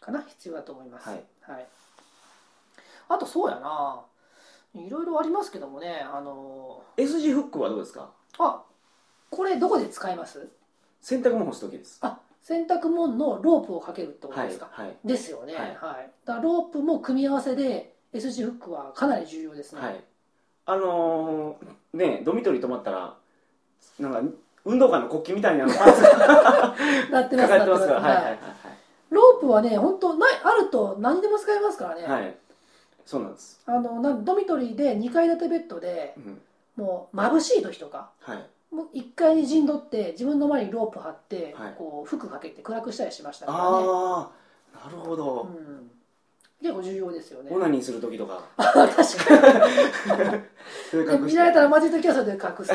B: かな必要だと思います、
A: はい
B: あとそうやないろいろありますけどもねあの
A: S 字フックはどうですか
B: あこれどこで使います
A: 洗濯物干す時です
B: あ洗濯物のロープをかけるってこと
A: はい
B: ですか、
A: はい
B: ですよね
A: は
B: はいい、だからロープも組み合わせで S 字フックはかなり重要ですね、
A: はいあのーねドミトリー泊まったらなんか運動会の国旗みたいなのパンツ (laughs) が
B: なってま
A: か
B: す
A: か
B: な
A: ってますからはいはい
B: は
A: はい
B: いロープはね本当ないあると何でも使えますからね、
A: はいはいそうなんです
B: あのなんドミトリーで2階建てベッドで
A: うん
B: もう眩しい時とか
A: はい
B: もう一階に陣取って自分の前にロープ張って、
A: はい
B: こう服かけて暗くしたりしましたからね、
A: ああなるほ
B: う
A: ど、
B: ん、結構重要ですよね
A: オナニーする時とか
B: (laughs) 確か
A: そういう格好
B: に
A: して
B: 見られたらマジットキャストで隠す、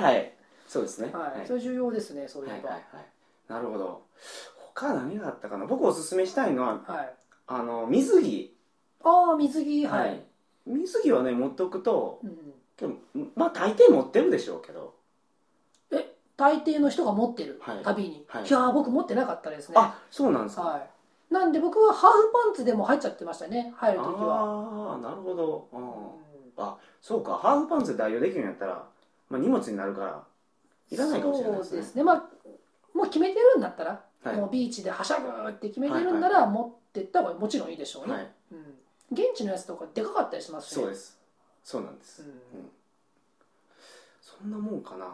A: (laughs) はいそうですね
B: いそれ重要ですねそうい
A: はい
B: え
A: はいは
B: ば、はい
A: いなるほど他何があったかな僕おすすめしたいのはあの水着
B: ああ水着はい、
A: 水着はね持っとくと
B: うん、
A: でもまあ大抵持ってるでしょうけど
B: 大抵の人が持ってる、
A: はい
B: 旅に、
A: はい
B: いやー僕持ってなかったですね
A: あそうなんですか、
B: はい、なんで僕はハーフパンツでも入っちゃってましたね入る時は、
A: ああなるほど、う
B: うん
A: ん、そうかハーフパンツで代用できるんやったら、まあ、荷物になるからいらないかもしれないです
B: そう
A: ね
B: ですねまあもう決めてるんだったら、
A: はい
B: もうビーチではしゃぐーって決めてるんなら、持ってった方がもちろんいいでしょうね、
A: はい
B: うん、現地のやつとかでかかったりしますしね
A: そうですそうなんです、
B: うん
A: そんなもんかな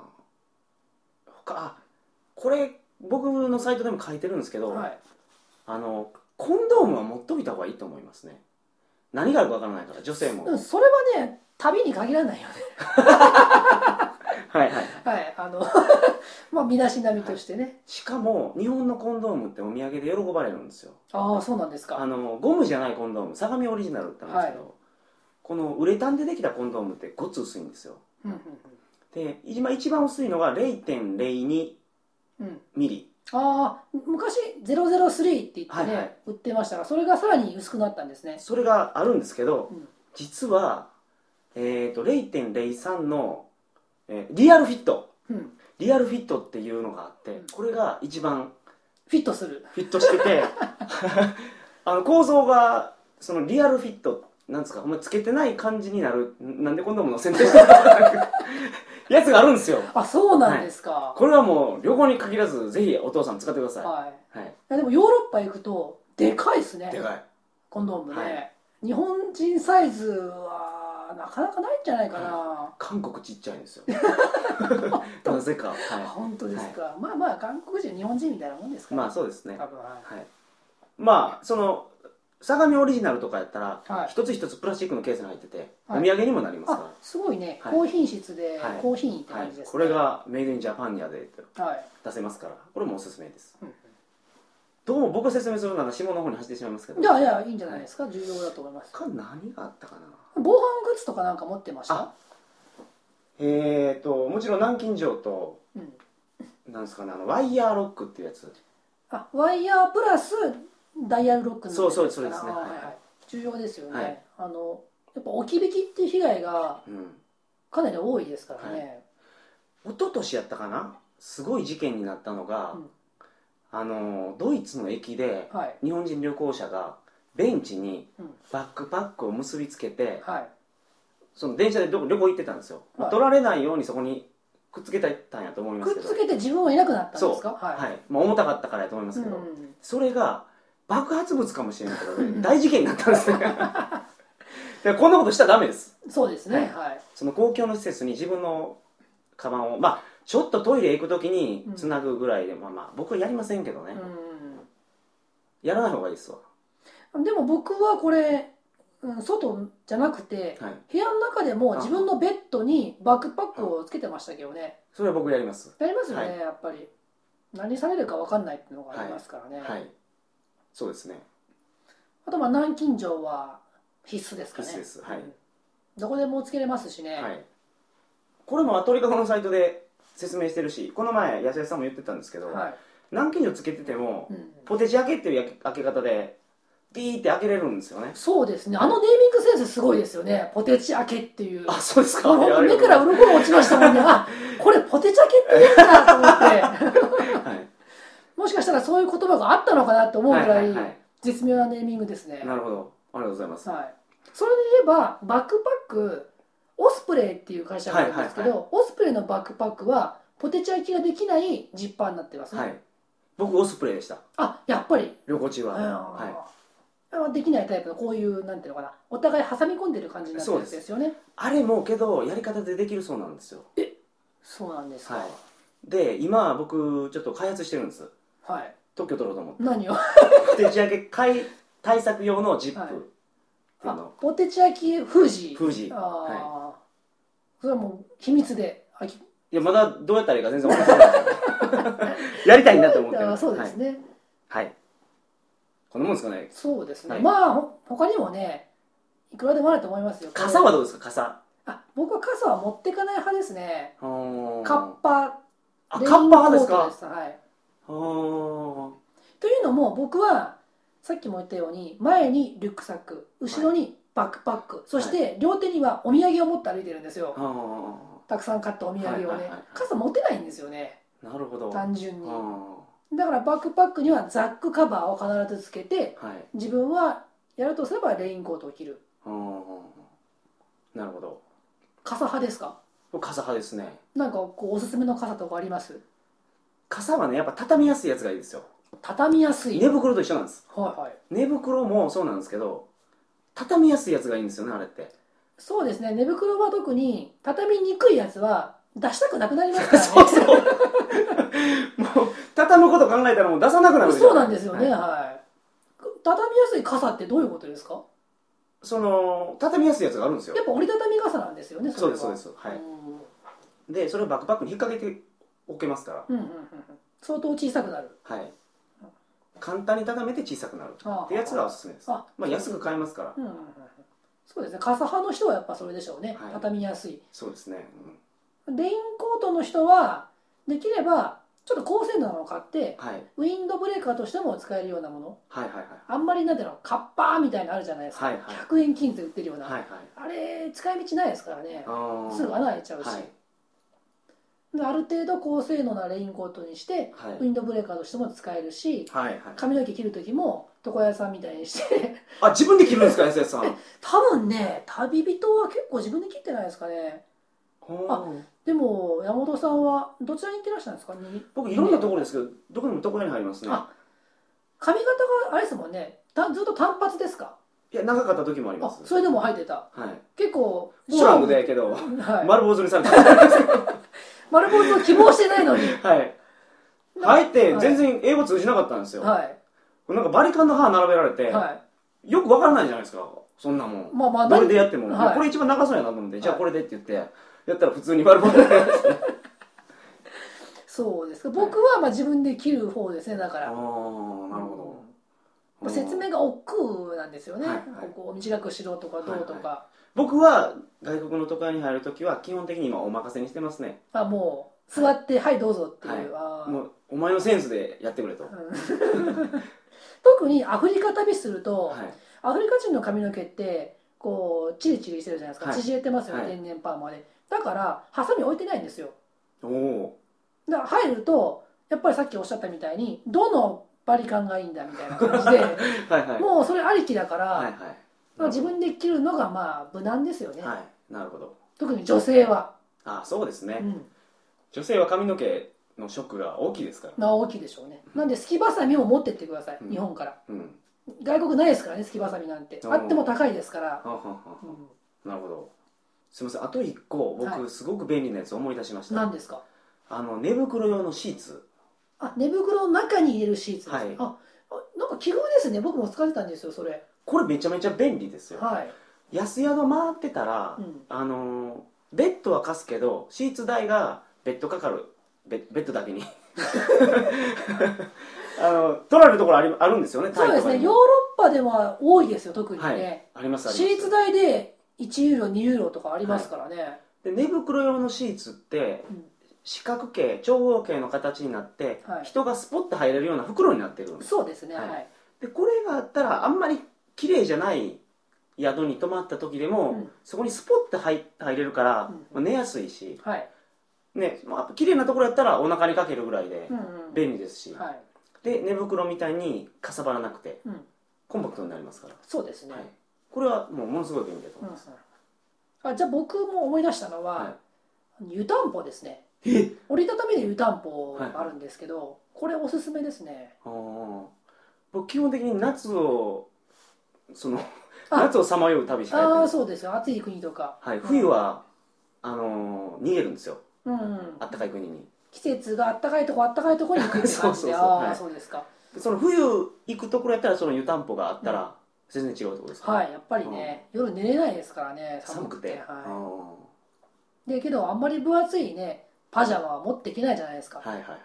A: 他あこれ僕のサイトでも書いてるんですけど、
B: はい、
A: あのコンドームは持っといた方がいいと思いますね何があるかわからないから女性も
B: うんそれはね旅に限らない
A: (laughs)
B: よね
A: はいはい
B: はいあの (laughs) まあ身だしなみとしてね、
A: しかも日本のコンドームってお土産で喜ばれるんですよ
B: ああそうなんですか
A: あのゴムじゃないコンドーム相模オリジナルってあるんですけど、このウレタンでできたコンドームってごつ薄いんですよ
B: うんうん
A: で今一番薄いのが0.02
B: うんうん
A: ミリ
B: ああ昔003って言ってね、
A: はいはい
B: 売ってましたがそれがさらに薄くなったんですね
A: それがあるんですけど、
B: うん
A: 実は、えー、と0.03の、えーリアルフィット
B: うん
A: リアルフィットっていうのがあって、
B: うん
A: これが一番
B: フィットする
A: フィットして
B: (laughs)
A: て (laughs) あの構造がそのリアルフィットなんですかお前つけてない感じになるなんでこんなもの選定したの (laughs) やつがあるんですよ
B: あそうなんですか、
A: これはもう旅行に限らずぜひお父さん使ってください、
B: はい、い
A: はい、
B: やでもヨーロッパ行くとでかいですね
A: でかい
B: コンドームね、
A: は
B: 日本人サイズはなかなかないんじゃないかな、
A: 韓国ちっちゃいん
B: (laughs)
A: ですよ (laughs) なぜか、
B: あ
A: は
B: 本当ですか、まあまあ韓国人日本人みたいなもんです
A: い、
B: から、
A: まあそうですね
B: 多分は
A: はい、まあその相模オリジナルとかやったら、
B: はい
A: 一つ一つプラスチックのケースに入ってて、
B: はい
A: お土産にもなります
B: あ
A: か
B: すごいね、
A: はい
B: 高品質で
A: はい
B: 高品位って
A: ら、はい
B: 感じです、ね
A: これがメイドインジャパンやでと
B: はい
A: 出せますからこれもおすすめです
B: うん
A: どうも僕が説明するなら下の方に走ってしまいますけど
B: いやいやいいんじゃないですか重要だと思います
A: 他何があったかな
B: 防犯グッズとかなんか持ってました
A: あえーともちろん南京錠と
B: うん、
A: なんですかねあのワイヤーロックっていうやつ
B: あワイヤープラスダイヤルロックの
A: そうそうそうですね
B: あはいはい重要ですよね、
A: はい
B: あのやっぱ置き引きっていう被害が
A: うん
B: かなり多いですからね、
A: 一昨年やったかなすごい事件になったのが、
B: うん
A: あのドイツの駅で
B: はい
A: 日本人旅行者がベンチに
B: うん
A: バックパックを結びつけて
B: はい
A: その電車でどこ旅行行ってたんですよ、まあ
B: はい
A: 取られないようにそこにくっつけてたんやと思いま
B: く
A: すけ
B: っ
A: ど
B: つけて自分はいなくなったん
A: そう
B: ですかはい、
A: はいまあ、重たかったからやと思いますけど、
B: うん
A: それが爆発物かもしれないとか
B: う
A: で
B: ん
A: 大事件になったん
B: (laughs)
A: ですねでこんなことしたらダメです
B: そうですね
A: は
B: はいい、
A: その公共の施設に自分のカバンをまあちょっとトイレ行く時に
B: うん
A: つなぐぐらいで、まあまあ僕はやりませんけどね、
B: う
A: やらない方がいいですわ
B: んでも僕はこれ、うん、外じゃなくて
A: はい
B: 部屋の中でも自分のベッドにバックパックをつけてましたけどね
A: それは僕やります、
B: やりますよね、
A: は
B: やっぱり何されるか分かんないっていうのがありますからね、
A: はいそうですね
B: あとまあ南京錠は必須ですかね
A: 必須ですはい
B: うんどこでもつけれますしね、
A: はい、これもアトリカゴのサイトで説明してるしこの前安江さんも言ってたんですけど、
B: はい
A: 南京錠つけてても、
B: うん
A: ポテチ開けっていうやけ開け方でピーって開けれるんですよね
B: そうですねあのネーミングセンスすごいですよねポテチ開けっていう
A: あそうですか
B: もう
A: いやあり
B: 目
A: がと
B: か
A: うござ
B: ら
A: い
B: 鱗が落ちました
A: (laughs)
B: もんねあこれポテチ開けって言うんだと思って (laughs)
A: ますはい
B: もしかしたらそういう言葉があったのかなと思うぐら
A: はいはい
B: 絶妙なネーミングですね
A: い、なるほどありがとうございます、
B: はい、それで言えばバックパックオスプレイっていう会社があるんですけど、
A: はい
B: オスプレイのバックパックはポテチ開きができないジッパーになってますね、
A: はい、僕オスプレイでした
B: あやっぱり
A: 旅行中は、はい
B: はい、できないタイプのこういうなんていうのかなお互い挟み込んでる感じになってるやつですよね
A: あれもけどやり方でできるそうなんですよ
B: そうなんですか
A: は
B: はい
A: で今僕ちょっと開発してるんです
B: い、
A: 特許取ろうと (laughs) 思って
B: 何を
A: ポテチ開け買い対策用のジップっていうの、
B: あポテチ開き封じ
A: 封じ
B: ああ、それはもう秘密で開き
A: いやまだどうやったらいいか全然わからない (laughs) やりたいなと思って
B: だから
A: ます
B: そうですね、
A: はい、はい、こんなもんですかね
B: そうですね、
A: はい
B: まあほ他にもねいくらでもあると思いますよ
A: 傘はどうですか傘
B: あ僕は傘は持ってかない派ですね
A: カッ
B: カッパ
A: あカッ
B: レイン
A: パ派です
B: コート
A: か
B: ですはい、
A: あー
B: というのも僕はさっきも言ったように前にリュックサック後ろにバックパック、そして両手にはお土産を持って歩いてるんですよ、
A: あ
B: たくさん買ったお土産をね、
A: はいはいはいはい
B: 傘持てないんですよね
A: ーなるほど
B: 単純に、
A: あ
B: だからバックパックにはザックカバーを必ずつけて
A: ーはい
B: 自分はやるとすればレインコートを着る
A: あーなるほど
B: 傘派ですか
A: 僕傘派ですね
B: なんかこうおすすめの傘とかあります
A: 傘はねやっぱ畳みやすいやつがいいですよ
B: 畳みやすい、
A: 寝袋と一緒なんです
B: はいはい
A: 寝袋もそうなんですけど畳みやすいやつがいいんですよねあれって
B: そうですね寝袋は特に畳みにくいやつは出したくなくなりますからね
A: そう (laughs) そうもう畳むこと考えたらもう出さなくなるじゃ
B: そうなんですよ
A: は
B: ね、
A: い
B: はい。畳みやすい傘ってどういうことですか？
A: その畳みやすいやつがあるんですよ
B: やっぱ折りたたみ傘なんですよね。。
A: そうですそうですすはい
B: うん
A: でそれをバックパックに引っ掛けておけますから
B: うんうんうん。相当小さくなる。
A: はい簡単に畳めて小さくなる
B: あ
A: ってやつがおすすめです
B: あ
A: まあ安く買えますから
B: うんうんうんうん。そうですね。傘派の人はやっぱそれでしょうね。
A: はい
B: 畳みやすい。
A: そうですね、うん
B: レインコートの人はできればちょっと高性能なのを買って
A: はい、
B: ウィンドブレーカーとしても使えるようなもの。
A: はいはいはい
B: あんまりなんていうのカッパーみたいなのあるじゃないですか。
A: はいはい
B: 100円均一で売ってるような。
A: はいはい
B: あれ使い道ないですからね
A: あ。ー
B: すぐ穴開いちゃうし。
A: はい
B: である程度高性能なレインコートにして
A: はい
B: ウィンドブレーカーとしても使えるし
A: はいはい
B: 髪の毛切る時も床屋さんみたいにして
A: あ自分で着るんですか SS さん
B: 多分ね旅人は結構自分で切ってないですかね
A: ほー
B: あでも山本さんはどちらに行ってらっしゃるんですかに
A: 僕いろんなところですけどどこにも床屋に入りますね
B: あ髪型があれですもんねたずっと単発ですか
A: いや長かった時もありま
B: あ
A: す
B: それでも入ってた
A: はい
B: 結構
A: スラングでやけど
B: (laughs) はい、
A: 丸坊主にされたは
B: 丸坊主を希望してない
A: (laughs)
B: のに
A: い入って
B: はい
A: 全然英語通じなかったんですよ
B: は
A: なんかバリカンの歯並べられ
B: い
A: て
B: は
A: よくわからないじゃないですかそんなもん
B: いまあまあ
A: どれでやっても、
B: はい
A: これ一番長そうやなと思って、じゃあ
B: はい
A: これでって言ってやったら普通に丸坊主になり
B: (laughs)
A: ました
B: そうですか僕はまあ自分で切る方ですねだか
A: あ
B: ら
A: あなるほど
B: 説明が億劫なんですよね、
A: はい
B: ここ短くしろとかどうとか、
A: 僕は外国の都会に入るときは基本的に今お任せにしてますね、
B: あもう座って「はい、どうぞ」っていう、あー
A: もうお前のセンスでやってくれと、は
B: うん (laughs) 特にアフリカ旅すると、
A: い、
B: アフリカ人の髪の毛ってこうチリチリしてるじゃないですか、
A: はい
B: 縮れてますよね、
A: はい
B: 天然パーマでだからハサミ置いてないんですよ
A: おお
B: だから入るとやっぱりさっきおっしゃったみたいにどのバリカンがいいんだみたいな感じで
A: ー (laughs) はいはい
B: もうそれありきだから,、
A: はいはい
B: 自分で切るのがまあ無難ですよね、
A: はいなるほど
B: 特に女性は、
A: ああそうですね、
B: うん、
A: 女性は髪の毛のショックが大きいですから、
B: まあ大きいでしょうねなんでスキバサミを持ってってください、
A: うん
B: 日本から
A: うん
B: 外国ないですからねスキバサミなんて
A: うん
B: あっても高いですから
A: は、んはんはんはん
B: うん
A: なるほどすみませんあと一個僕、
B: はい
A: すごく便利なやつ思い出しました
B: 何ですか
A: あの寝袋用のシーツ
B: あ寝袋の中に入れるシーツです、
A: はい
B: ああなんか奇遇ですね僕も使ってたんですよそれ
A: これめちゃめちゃ便利ですよ
B: はい、
A: 安宿回ってたら、
B: うん
A: あのーベッドは貸すけどシーツ代がベッドかかるベベッドだ
B: (laughs)
A: けにあの取られるところありあるんですよね
B: そう
A: タイ
B: ですね
A: とかに
B: ヨー
A: も
B: ロッパでは多いですよ特にね、
A: はいありますあります
B: シーツ代で1ユーロ2ユーロとかありますからね、
A: で寝袋用のシーツって
B: うん
A: 四角形長方形の形になって、
B: はい
A: 人がスポッと入れるような袋になってるんです
B: そうですねは、
A: はいいでこれがあったらあんまり綺麗じゃない宿に泊まった時でも、
B: うん
A: そこにスポッて入入れるから、
B: うん
A: まあ寝やすいし、
B: はい
A: ねまあ綺麗なところやったらお腹にかけるぐらいで
B: うんうん
A: 便利ですし、
B: はい
A: で寝袋みたいにかさばらなくて
B: うん、
A: コンパクトになりますから、
B: そうですね、
A: はい、これはもうものすごい便利だと
B: う
A: 思
B: ん
A: い
B: うん
A: ます、
B: あじゃあ僕も思い出したのは、
A: は
B: 湯たんぽですね
A: い、え
B: 折りたたみで湯たんぽがあるんですけど、これおすすめですね
A: あー僕基本的に夏をその
B: あ
A: 夏をさまよう旅しかやって
B: あ
A: な
B: あ
A: い
B: そうですよ暑い国とか
A: はい、冬、は、あのー逃げるんですよ
B: うんうん
A: あったかい国に
B: 季節があったかいとこあったかいとこに行くって
A: (laughs) そ
B: 感
A: う
B: じ
A: そうそう
B: でああ、
A: はい
B: そうですか
A: でその冬行くところやったらその湯たんぽがあったら全然違うところですか、
B: はいやっぱりね、夜寝れないですからね
A: 寒くて、
B: は
A: あ
B: い、でけどあんまり分厚いねパジャマは持ってきないじゃないですか、
A: はいはいはい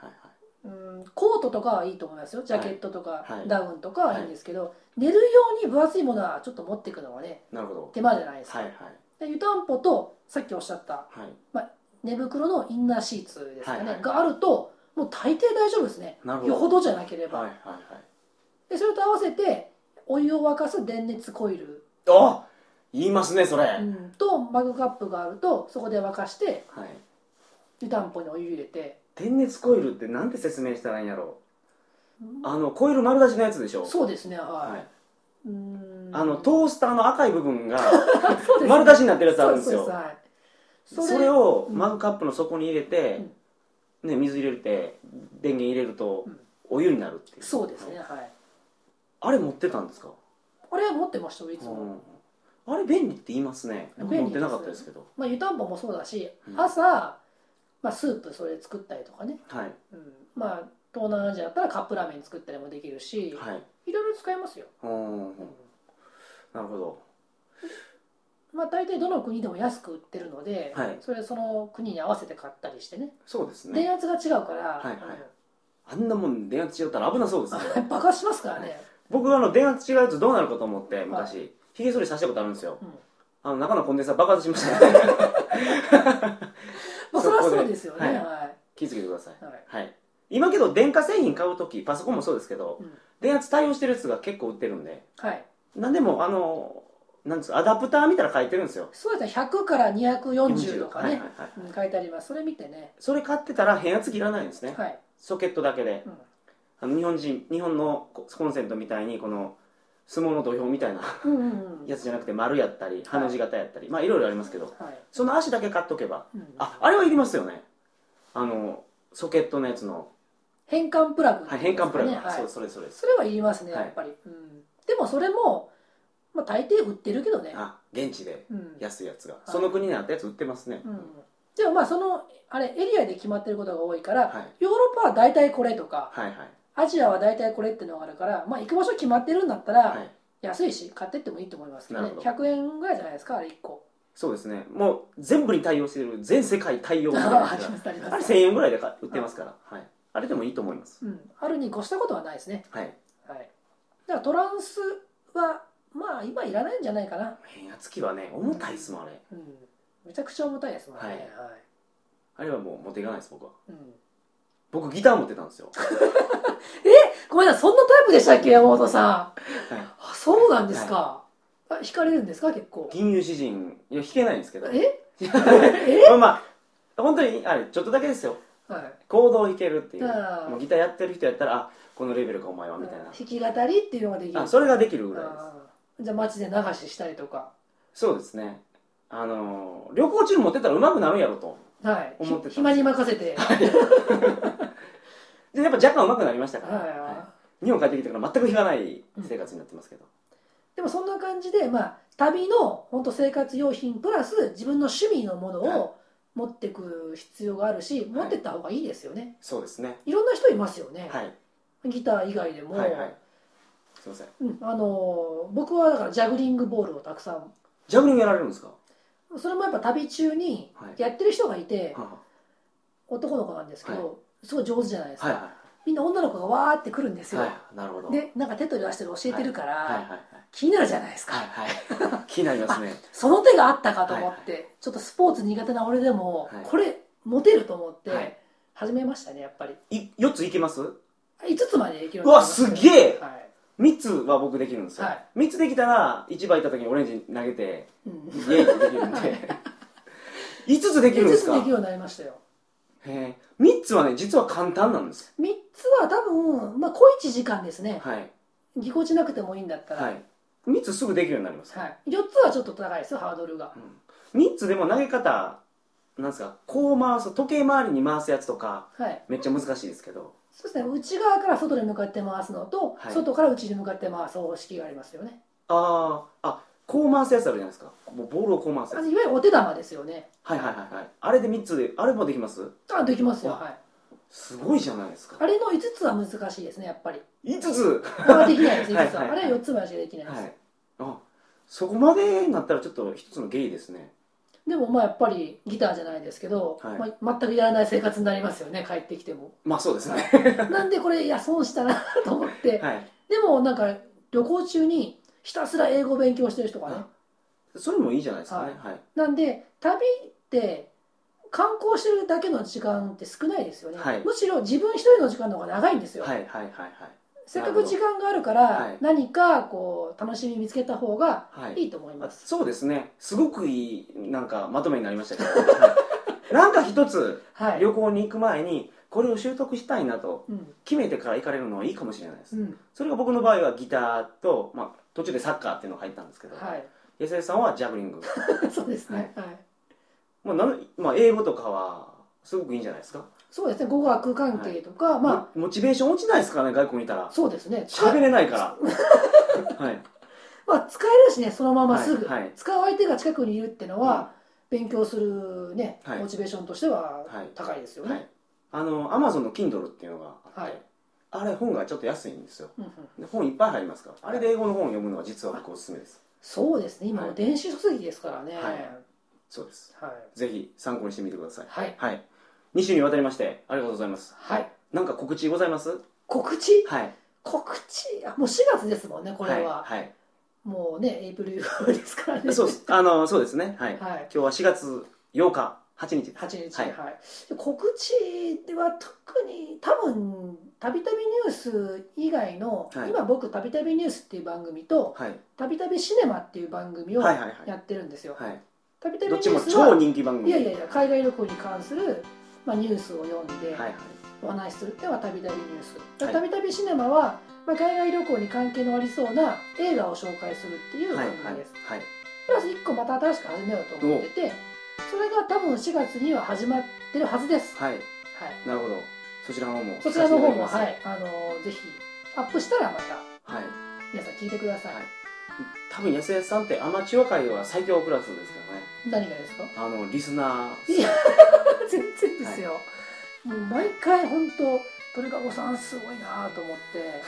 B: うんコートとかはいいと思いますよジャケットとか
A: はい
B: ダウンとかはいいんですけど、寝るように分厚いものはちょっと持っていくのはね
A: なるほど
B: 手間じゃないですか、
A: はいはい
B: で湯たんぽとさっきおっしゃった
A: はい
B: 寝袋のインナーシーツですかね、
A: はいはい
B: があるともう大抵大丈夫ですね
A: なるほど
B: よほどじゃなければ、
A: はいはいはい
B: でそれと合わせてお湯を沸かす電熱コイル、
A: あ言いますねそれ、
B: うんとマグカップがあるとそこで沸かして
A: はい
B: 湯たんぽにお湯入れて
A: 天熱コイルってなんて説明したらいいんやろ
B: うん
A: うあのコイル丸出しのやつでしょ
B: そうですねはい、
A: はいう
B: ーん
A: あのトースターの赤い部分が
B: (laughs) そうです
A: 丸出しになってるやつあるんですよ
B: そうはい
A: そ
B: それ
A: れを
B: うん
A: マグカップの底に入れて、ね、水入れて電源入れると
B: うん
A: お湯になるっていう
B: そうですね
A: はい
B: はい
A: あれ持ってたんですか
B: これ持ってましたよいつも、
A: うんあれ便利って言いますね僕
B: 便
A: 持って
B: 利です
A: なかったですけど
B: まあ、湯たんぽもそうだし、
A: うん
B: 朝、まあ、スープそれ作ったりとかね、
A: はい
B: うんまあ、東南アジアだったらカップラーメン作ったりもできるし、
A: はい
B: い、ろいろ使えますよ、
A: うん
B: うん
A: なるほど
B: まあ、大体どの国でも安く売ってるので、
A: はい
B: それその国に合わせて買ったりしてね
A: そうですね
B: 電圧が違うから、
A: はいはいあんなもん電圧違ったら危なそうですね (laughs)
B: うん爆発しますからね、
A: 僕あの電圧違うとどうなるかと思って昔ひげ剃りさせたことあるんですよ
B: うん
A: あの中のコンデンサー爆発しましたね (laughs)
B: まあ、それはそうですよね
A: そこで
B: はい、
A: 気づけてください
B: はい
A: はい今けど電化製品買う時パソコンもそうですけど
B: うん
A: 電圧対応してるやつが結構売ってるんで
B: はい、
A: なんでもあのなんですかアダプター見たら書いてるんですよ
B: そうですね100から240とか
A: は
B: ね、
A: いはいはい
B: うん書いてありますそれ見てね
A: それ買ってたら変圧器いらないんですね、
B: はい、
A: ソケットだけで
B: うん
A: あの日本人日本のココンセントみたいにこの相撲の土俵みたいな (laughs)
B: うんうんうん
A: やつじゃなくて丸やったりハの字型やったり、まあいろいろありますけど
B: はい
A: その足だけ買っとけば
B: うん
A: ああれはいりますよねあのソケットのやつの、
B: 変換プラグ
A: はい、変換プラグ、
B: ですかねはい
A: そうそれそれです
B: それはいりますね
A: はい
B: やっぱり、うん、でもそれも、まあ、大抵売ってるけどね、
A: あ現地で
B: うん
A: 安いやつが、その国にあったやつ売ってますね、
B: うん、でもまあそのあれエリアで決まってることが多いから、
A: はい
B: ヨーロッパは大体これとか
A: はいはい
B: アジアは大体これってのがあるから、まあ、行く場所決まってるんだったら、
A: はい
B: 安いし買ってってもいいと思いますけどね
A: なるほど
B: 100円ぐらいじゃないですかあれ1個
A: そうですねもう全部に対応してる全世界対応みたいなやつ
B: (laughs) あり
A: が
B: ますあり
A: あ
B: ま
A: れ
B: す
A: 1000円ぐらいで買売ってますから、はい、あれでもいいと思います、
B: うん、あるに越したことはないですね
A: はい、
B: はいだからトランスはまあ今いらないんじゃないかな
A: 変圧器はね重たいっすもんあれ
B: うんめちゃくちゃ重たいですもんね、
A: は
B: はいい
A: あれはもう持っていかないです僕は
B: うん、
A: 僕ギター持ってたんですよ
B: ごめんなさいそんなタイプでしたっけ山本さん、
A: はい
B: あそうなんですか、あ惹かれるんですか結構
A: 銀融詩人いや弾けないんですけど
B: え
A: (laughs) まあまあ本当にあれちょっとだけですよ
B: はい
A: コードを弾けるっていう
B: あー
A: もうギターやってる人やったらあこのレベルかお前はみたいな、
B: 弾き語りっていうのができる
A: あそれができるぐらいで
B: あーじゃあ街で流ししたりとか
A: すそうですねあのー旅行中に持ってったら上手くなるやろと
B: はい
A: 思ってた
B: ひ暇に任せて、はい
A: でやっぱ若干上手くなりましたから、は日本帰ってきてから全く弾かない生活になってますけど、
B: でもそんな感じで、まあ、旅の本当生活用品プラス自分の趣味のもの
A: はい
B: を持ってく必要があるし、持ってった方がいいですよね
A: そうですね
B: いろんな人いますよね、
A: はい
B: ギター以外でも、
A: はいはいすいません
B: うん、あのー僕はだからジャグリングボールをたくさん
A: ジャグリングやられるんですか
B: それもやっぱ旅中に
A: はい
B: やってる人がいて、
A: は
B: 男の子なんですけど、
A: は
B: すごい上手じゃないです
A: あ
B: か、
A: はいはい
B: みんな女の子がわーって来るんですよ、
A: はい、なるほど。
B: でなんか手取り出してる教えてるから、
A: はいはいはい。
B: 気になるじゃないですか、
A: はいはい。気になりますね。
B: その手があったかと思って、
A: は
B: ちょっとスポーツ苦手な俺でも、
A: はい
B: これモテると思って、
A: はい
B: 始めましたねやっぱり
A: い、四ついけます。
B: 5つまでできるよ
A: う
B: にな
A: わ、
B: りました
A: す
B: ね
A: げえ。
B: はい
A: 三つは僕できるんですよ
B: はい。
A: 三つできたら、一番いった時にオレンジ投げて、
B: う
A: イ
B: ん、
A: エイってできるん
B: は (laughs)
A: で。五つできるんで
B: 5
A: す
B: つでき
A: か
B: る。ようになりましたよ
A: へえ、三つはね、実は簡単なんです。
B: 3つは多分、まあ、小1時間ですね、
A: はい。
B: ぎこちなくてもいいんだったら、
A: は
B: はい
A: い。三つすぐできるようになります。
B: 4つはちょっと高いですよハードルが
A: うん三つでも投げ方。なんですか。こう回す、時計回りに回すやつとか。
B: はい
A: めっちゃ難しいですけど。
B: そうですね内側から外に向かって回すのと、
A: はい
B: 外から内に向かって回す方式がありますよね
A: ああ、あ、こう回すやつあるじゃないですか。もうボールをこう回す
B: あ
A: や
B: の
A: つ。
B: いわゆるお手玉ですよね
A: はいはいはいはい。あれで三つで、あれもできます。
B: あできますよ、
A: わ
B: はい、
A: すごいじゃないです
B: あ
A: か。
B: れの5つは難しいですねやっぱり
A: 五つ。
B: これはできないです5つは
A: はいはいはい
B: あれは4つまでしかできないです、
A: はい。あ、そこまでになったら、ちょっと一つのゲイですね。
B: でもまあやっぱりギターじゃないですけど、
A: は
B: まあ全くやらない生活になりますよね帰ってきて
A: (laughs)
B: も
A: まあそうですね。
B: なんでこれいや損したなと思って
A: はい。
B: でもなんか旅行中にひたすら英語勉強してる人がね
A: あそれもいいじゃないですかね。はい。
B: なんで旅って観光してるだけの時間って少ないですよね、
A: はい
B: むしろ自分一人の時間の方が長いんですよ、
A: はいはいはいはい。
B: せっかく時間があるか
A: は
B: ら
A: い
B: 何かこう楽しみ見つけた方が
A: はい
B: いいと思います、
A: そうですね。すごくいい、なんか、まとめになりま
B: (laughs)
A: したけど。はいなんか一つ、
B: はい、
A: 旅行に行く前に、これを習得したいなと、
B: うん
A: 決めてから行かれるのはいいかもしれないです。
B: うん
A: それが僕の場合はギターと、まあ、途中でサッカーっていうのが入ったんですけど、 (laughs)
B: はい
A: 安江さんはジャグリング。
B: そうですね、はい
A: まあ、なんまあ、英語とかは、すごくいいんじゃないですか。
B: そうですね語学関係とか、ま
A: まあ、モチベーション落ちないですからね、外国にいた
B: あ
A: ら。
B: そうですね
A: 喋れない
B: (laughs)
A: から。はい。
B: まあ、使えるしねそのまますぐ、
A: はいはい
B: 使う相手が近くにいるってのは、勉強するね、
A: はい
B: モチベーションとしては
A: はい
B: 高いですよね、
A: はい、あのアマゾンの Kindle っていうのがあって、
B: はい
A: あれ本がちょっと安いんですよ
B: うんうん
A: で本いっぱい入りますからあれで英語の本を読むのは実は僕おすすめです
B: そうですね今
A: は
B: の
A: い
B: 電子書籍ですからね
A: はいそうです
B: はい
A: ぜひ参考にしてみてください
B: はい、
A: はい2週にわたりましてありがとうございます
B: はい、
A: なんか告知ございます
B: 告知
A: はい
B: 告知あもう4月ですもんねこれは、
A: はい、
B: もうねエイプリルフールですから
A: はい、
B: ね
A: そうですあのそうですねはい、
B: はい
A: 今日は4月8日8日
B: 8日
A: は
B: はいい、で告知では特に多分たびたびニュース以外の、
A: はい
B: 今僕「たびたびニュース」っていう番組と
A: はい
B: 「たびたびシネマ」っていう番組を
A: はい
B: や
A: はいはい
B: ってるんですよ。
A: はい
B: たびたび
A: ど
B: ニ
A: っ
B: ュ
A: ちも
B: ース
A: 超
B: は
A: 人気番組
B: いやいやいや海外旅行に関する、まあ、ニュースを読んで、
A: はいはい
B: お話しするっていうのはたびたびニュース
A: はい
B: たびたびシネマは、まあ、海外旅行に関係のありそうな映画を紹介するっていう
A: はい
B: 番
A: はい
B: 組です、
A: はい
B: プラス1個また新しく始めようと思っててそれが多分4月には始まってるはずです、
A: はい
B: はい、
A: なるほどそちらの方も
B: そちらの方も、
A: させ
B: は
A: て
B: い、あのぜひアップしたらま
A: た
B: た
A: だきますはい
B: 皆さん聞いてください、
A: はい多分安江さんってアマチュア界では最強クラスですからね
B: 何がで
A: (laughs)
B: すか
A: あのリスナ
B: いや
A: ー
B: 全然ですよ、もう毎回本当鳥かごさんすごいなと思って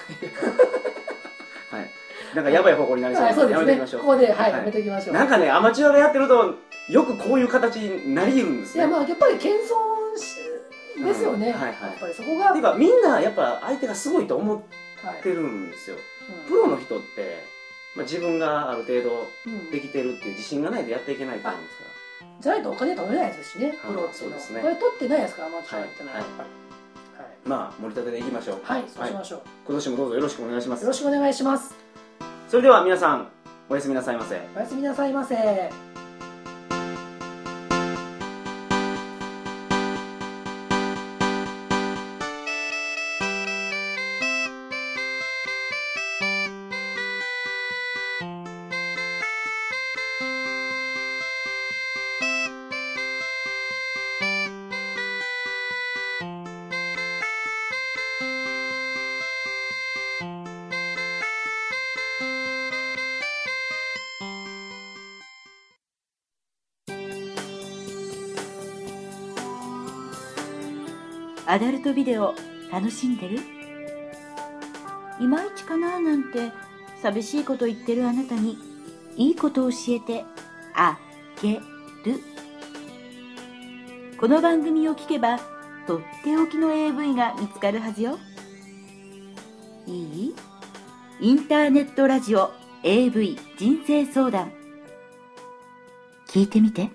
A: はいなんかやばい方向になりそうな
B: はい
A: ん
B: そう
A: で
B: で
A: や
B: す
A: めて
B: ね
A: いきましょ
B: こ
A: う
B: こで、はい
A: はい
B: やめていきましょう
A: なんかねアマチュアがやってるとよくこういう形になり得るんです
B: い
A: ね
B: やまあやっぱり謙遜しですよ
A: う
B: ね、
A: んはいはい
B: やっぱりそこが、は
A: てい
B: いう
A: かみんなやっぱ相手がすごいと思ってるんですよプロの人って、まあ、自分がある程度
B: うんうん
A: できてるっていう自信がないとやっていけないと思うんですか
B: じゃないとお金取れないですしねプロって
A: そ
B: いううの
A: で
B: は
A: すね
B: これ取ってないですからアマチュアってのは
A: は
B: はいい、
A: らまあ盛り立てでいきましょう
B: はいそうしましょう、
A: 今年もどうぞよろしくお願いします
B: よろしくお願いします
A: それでは皆さんおやすみなさいませ
B: おやすみなさいませ
C: アダルトビデオ楽しんでるいまいちかななんて寂しいこと言ってるあなたにいいことを教えてあげるこの番組を聞けばとっておきの AV が見つかるはずよいいインターネットラジオ AV 人生相談聞いてみて。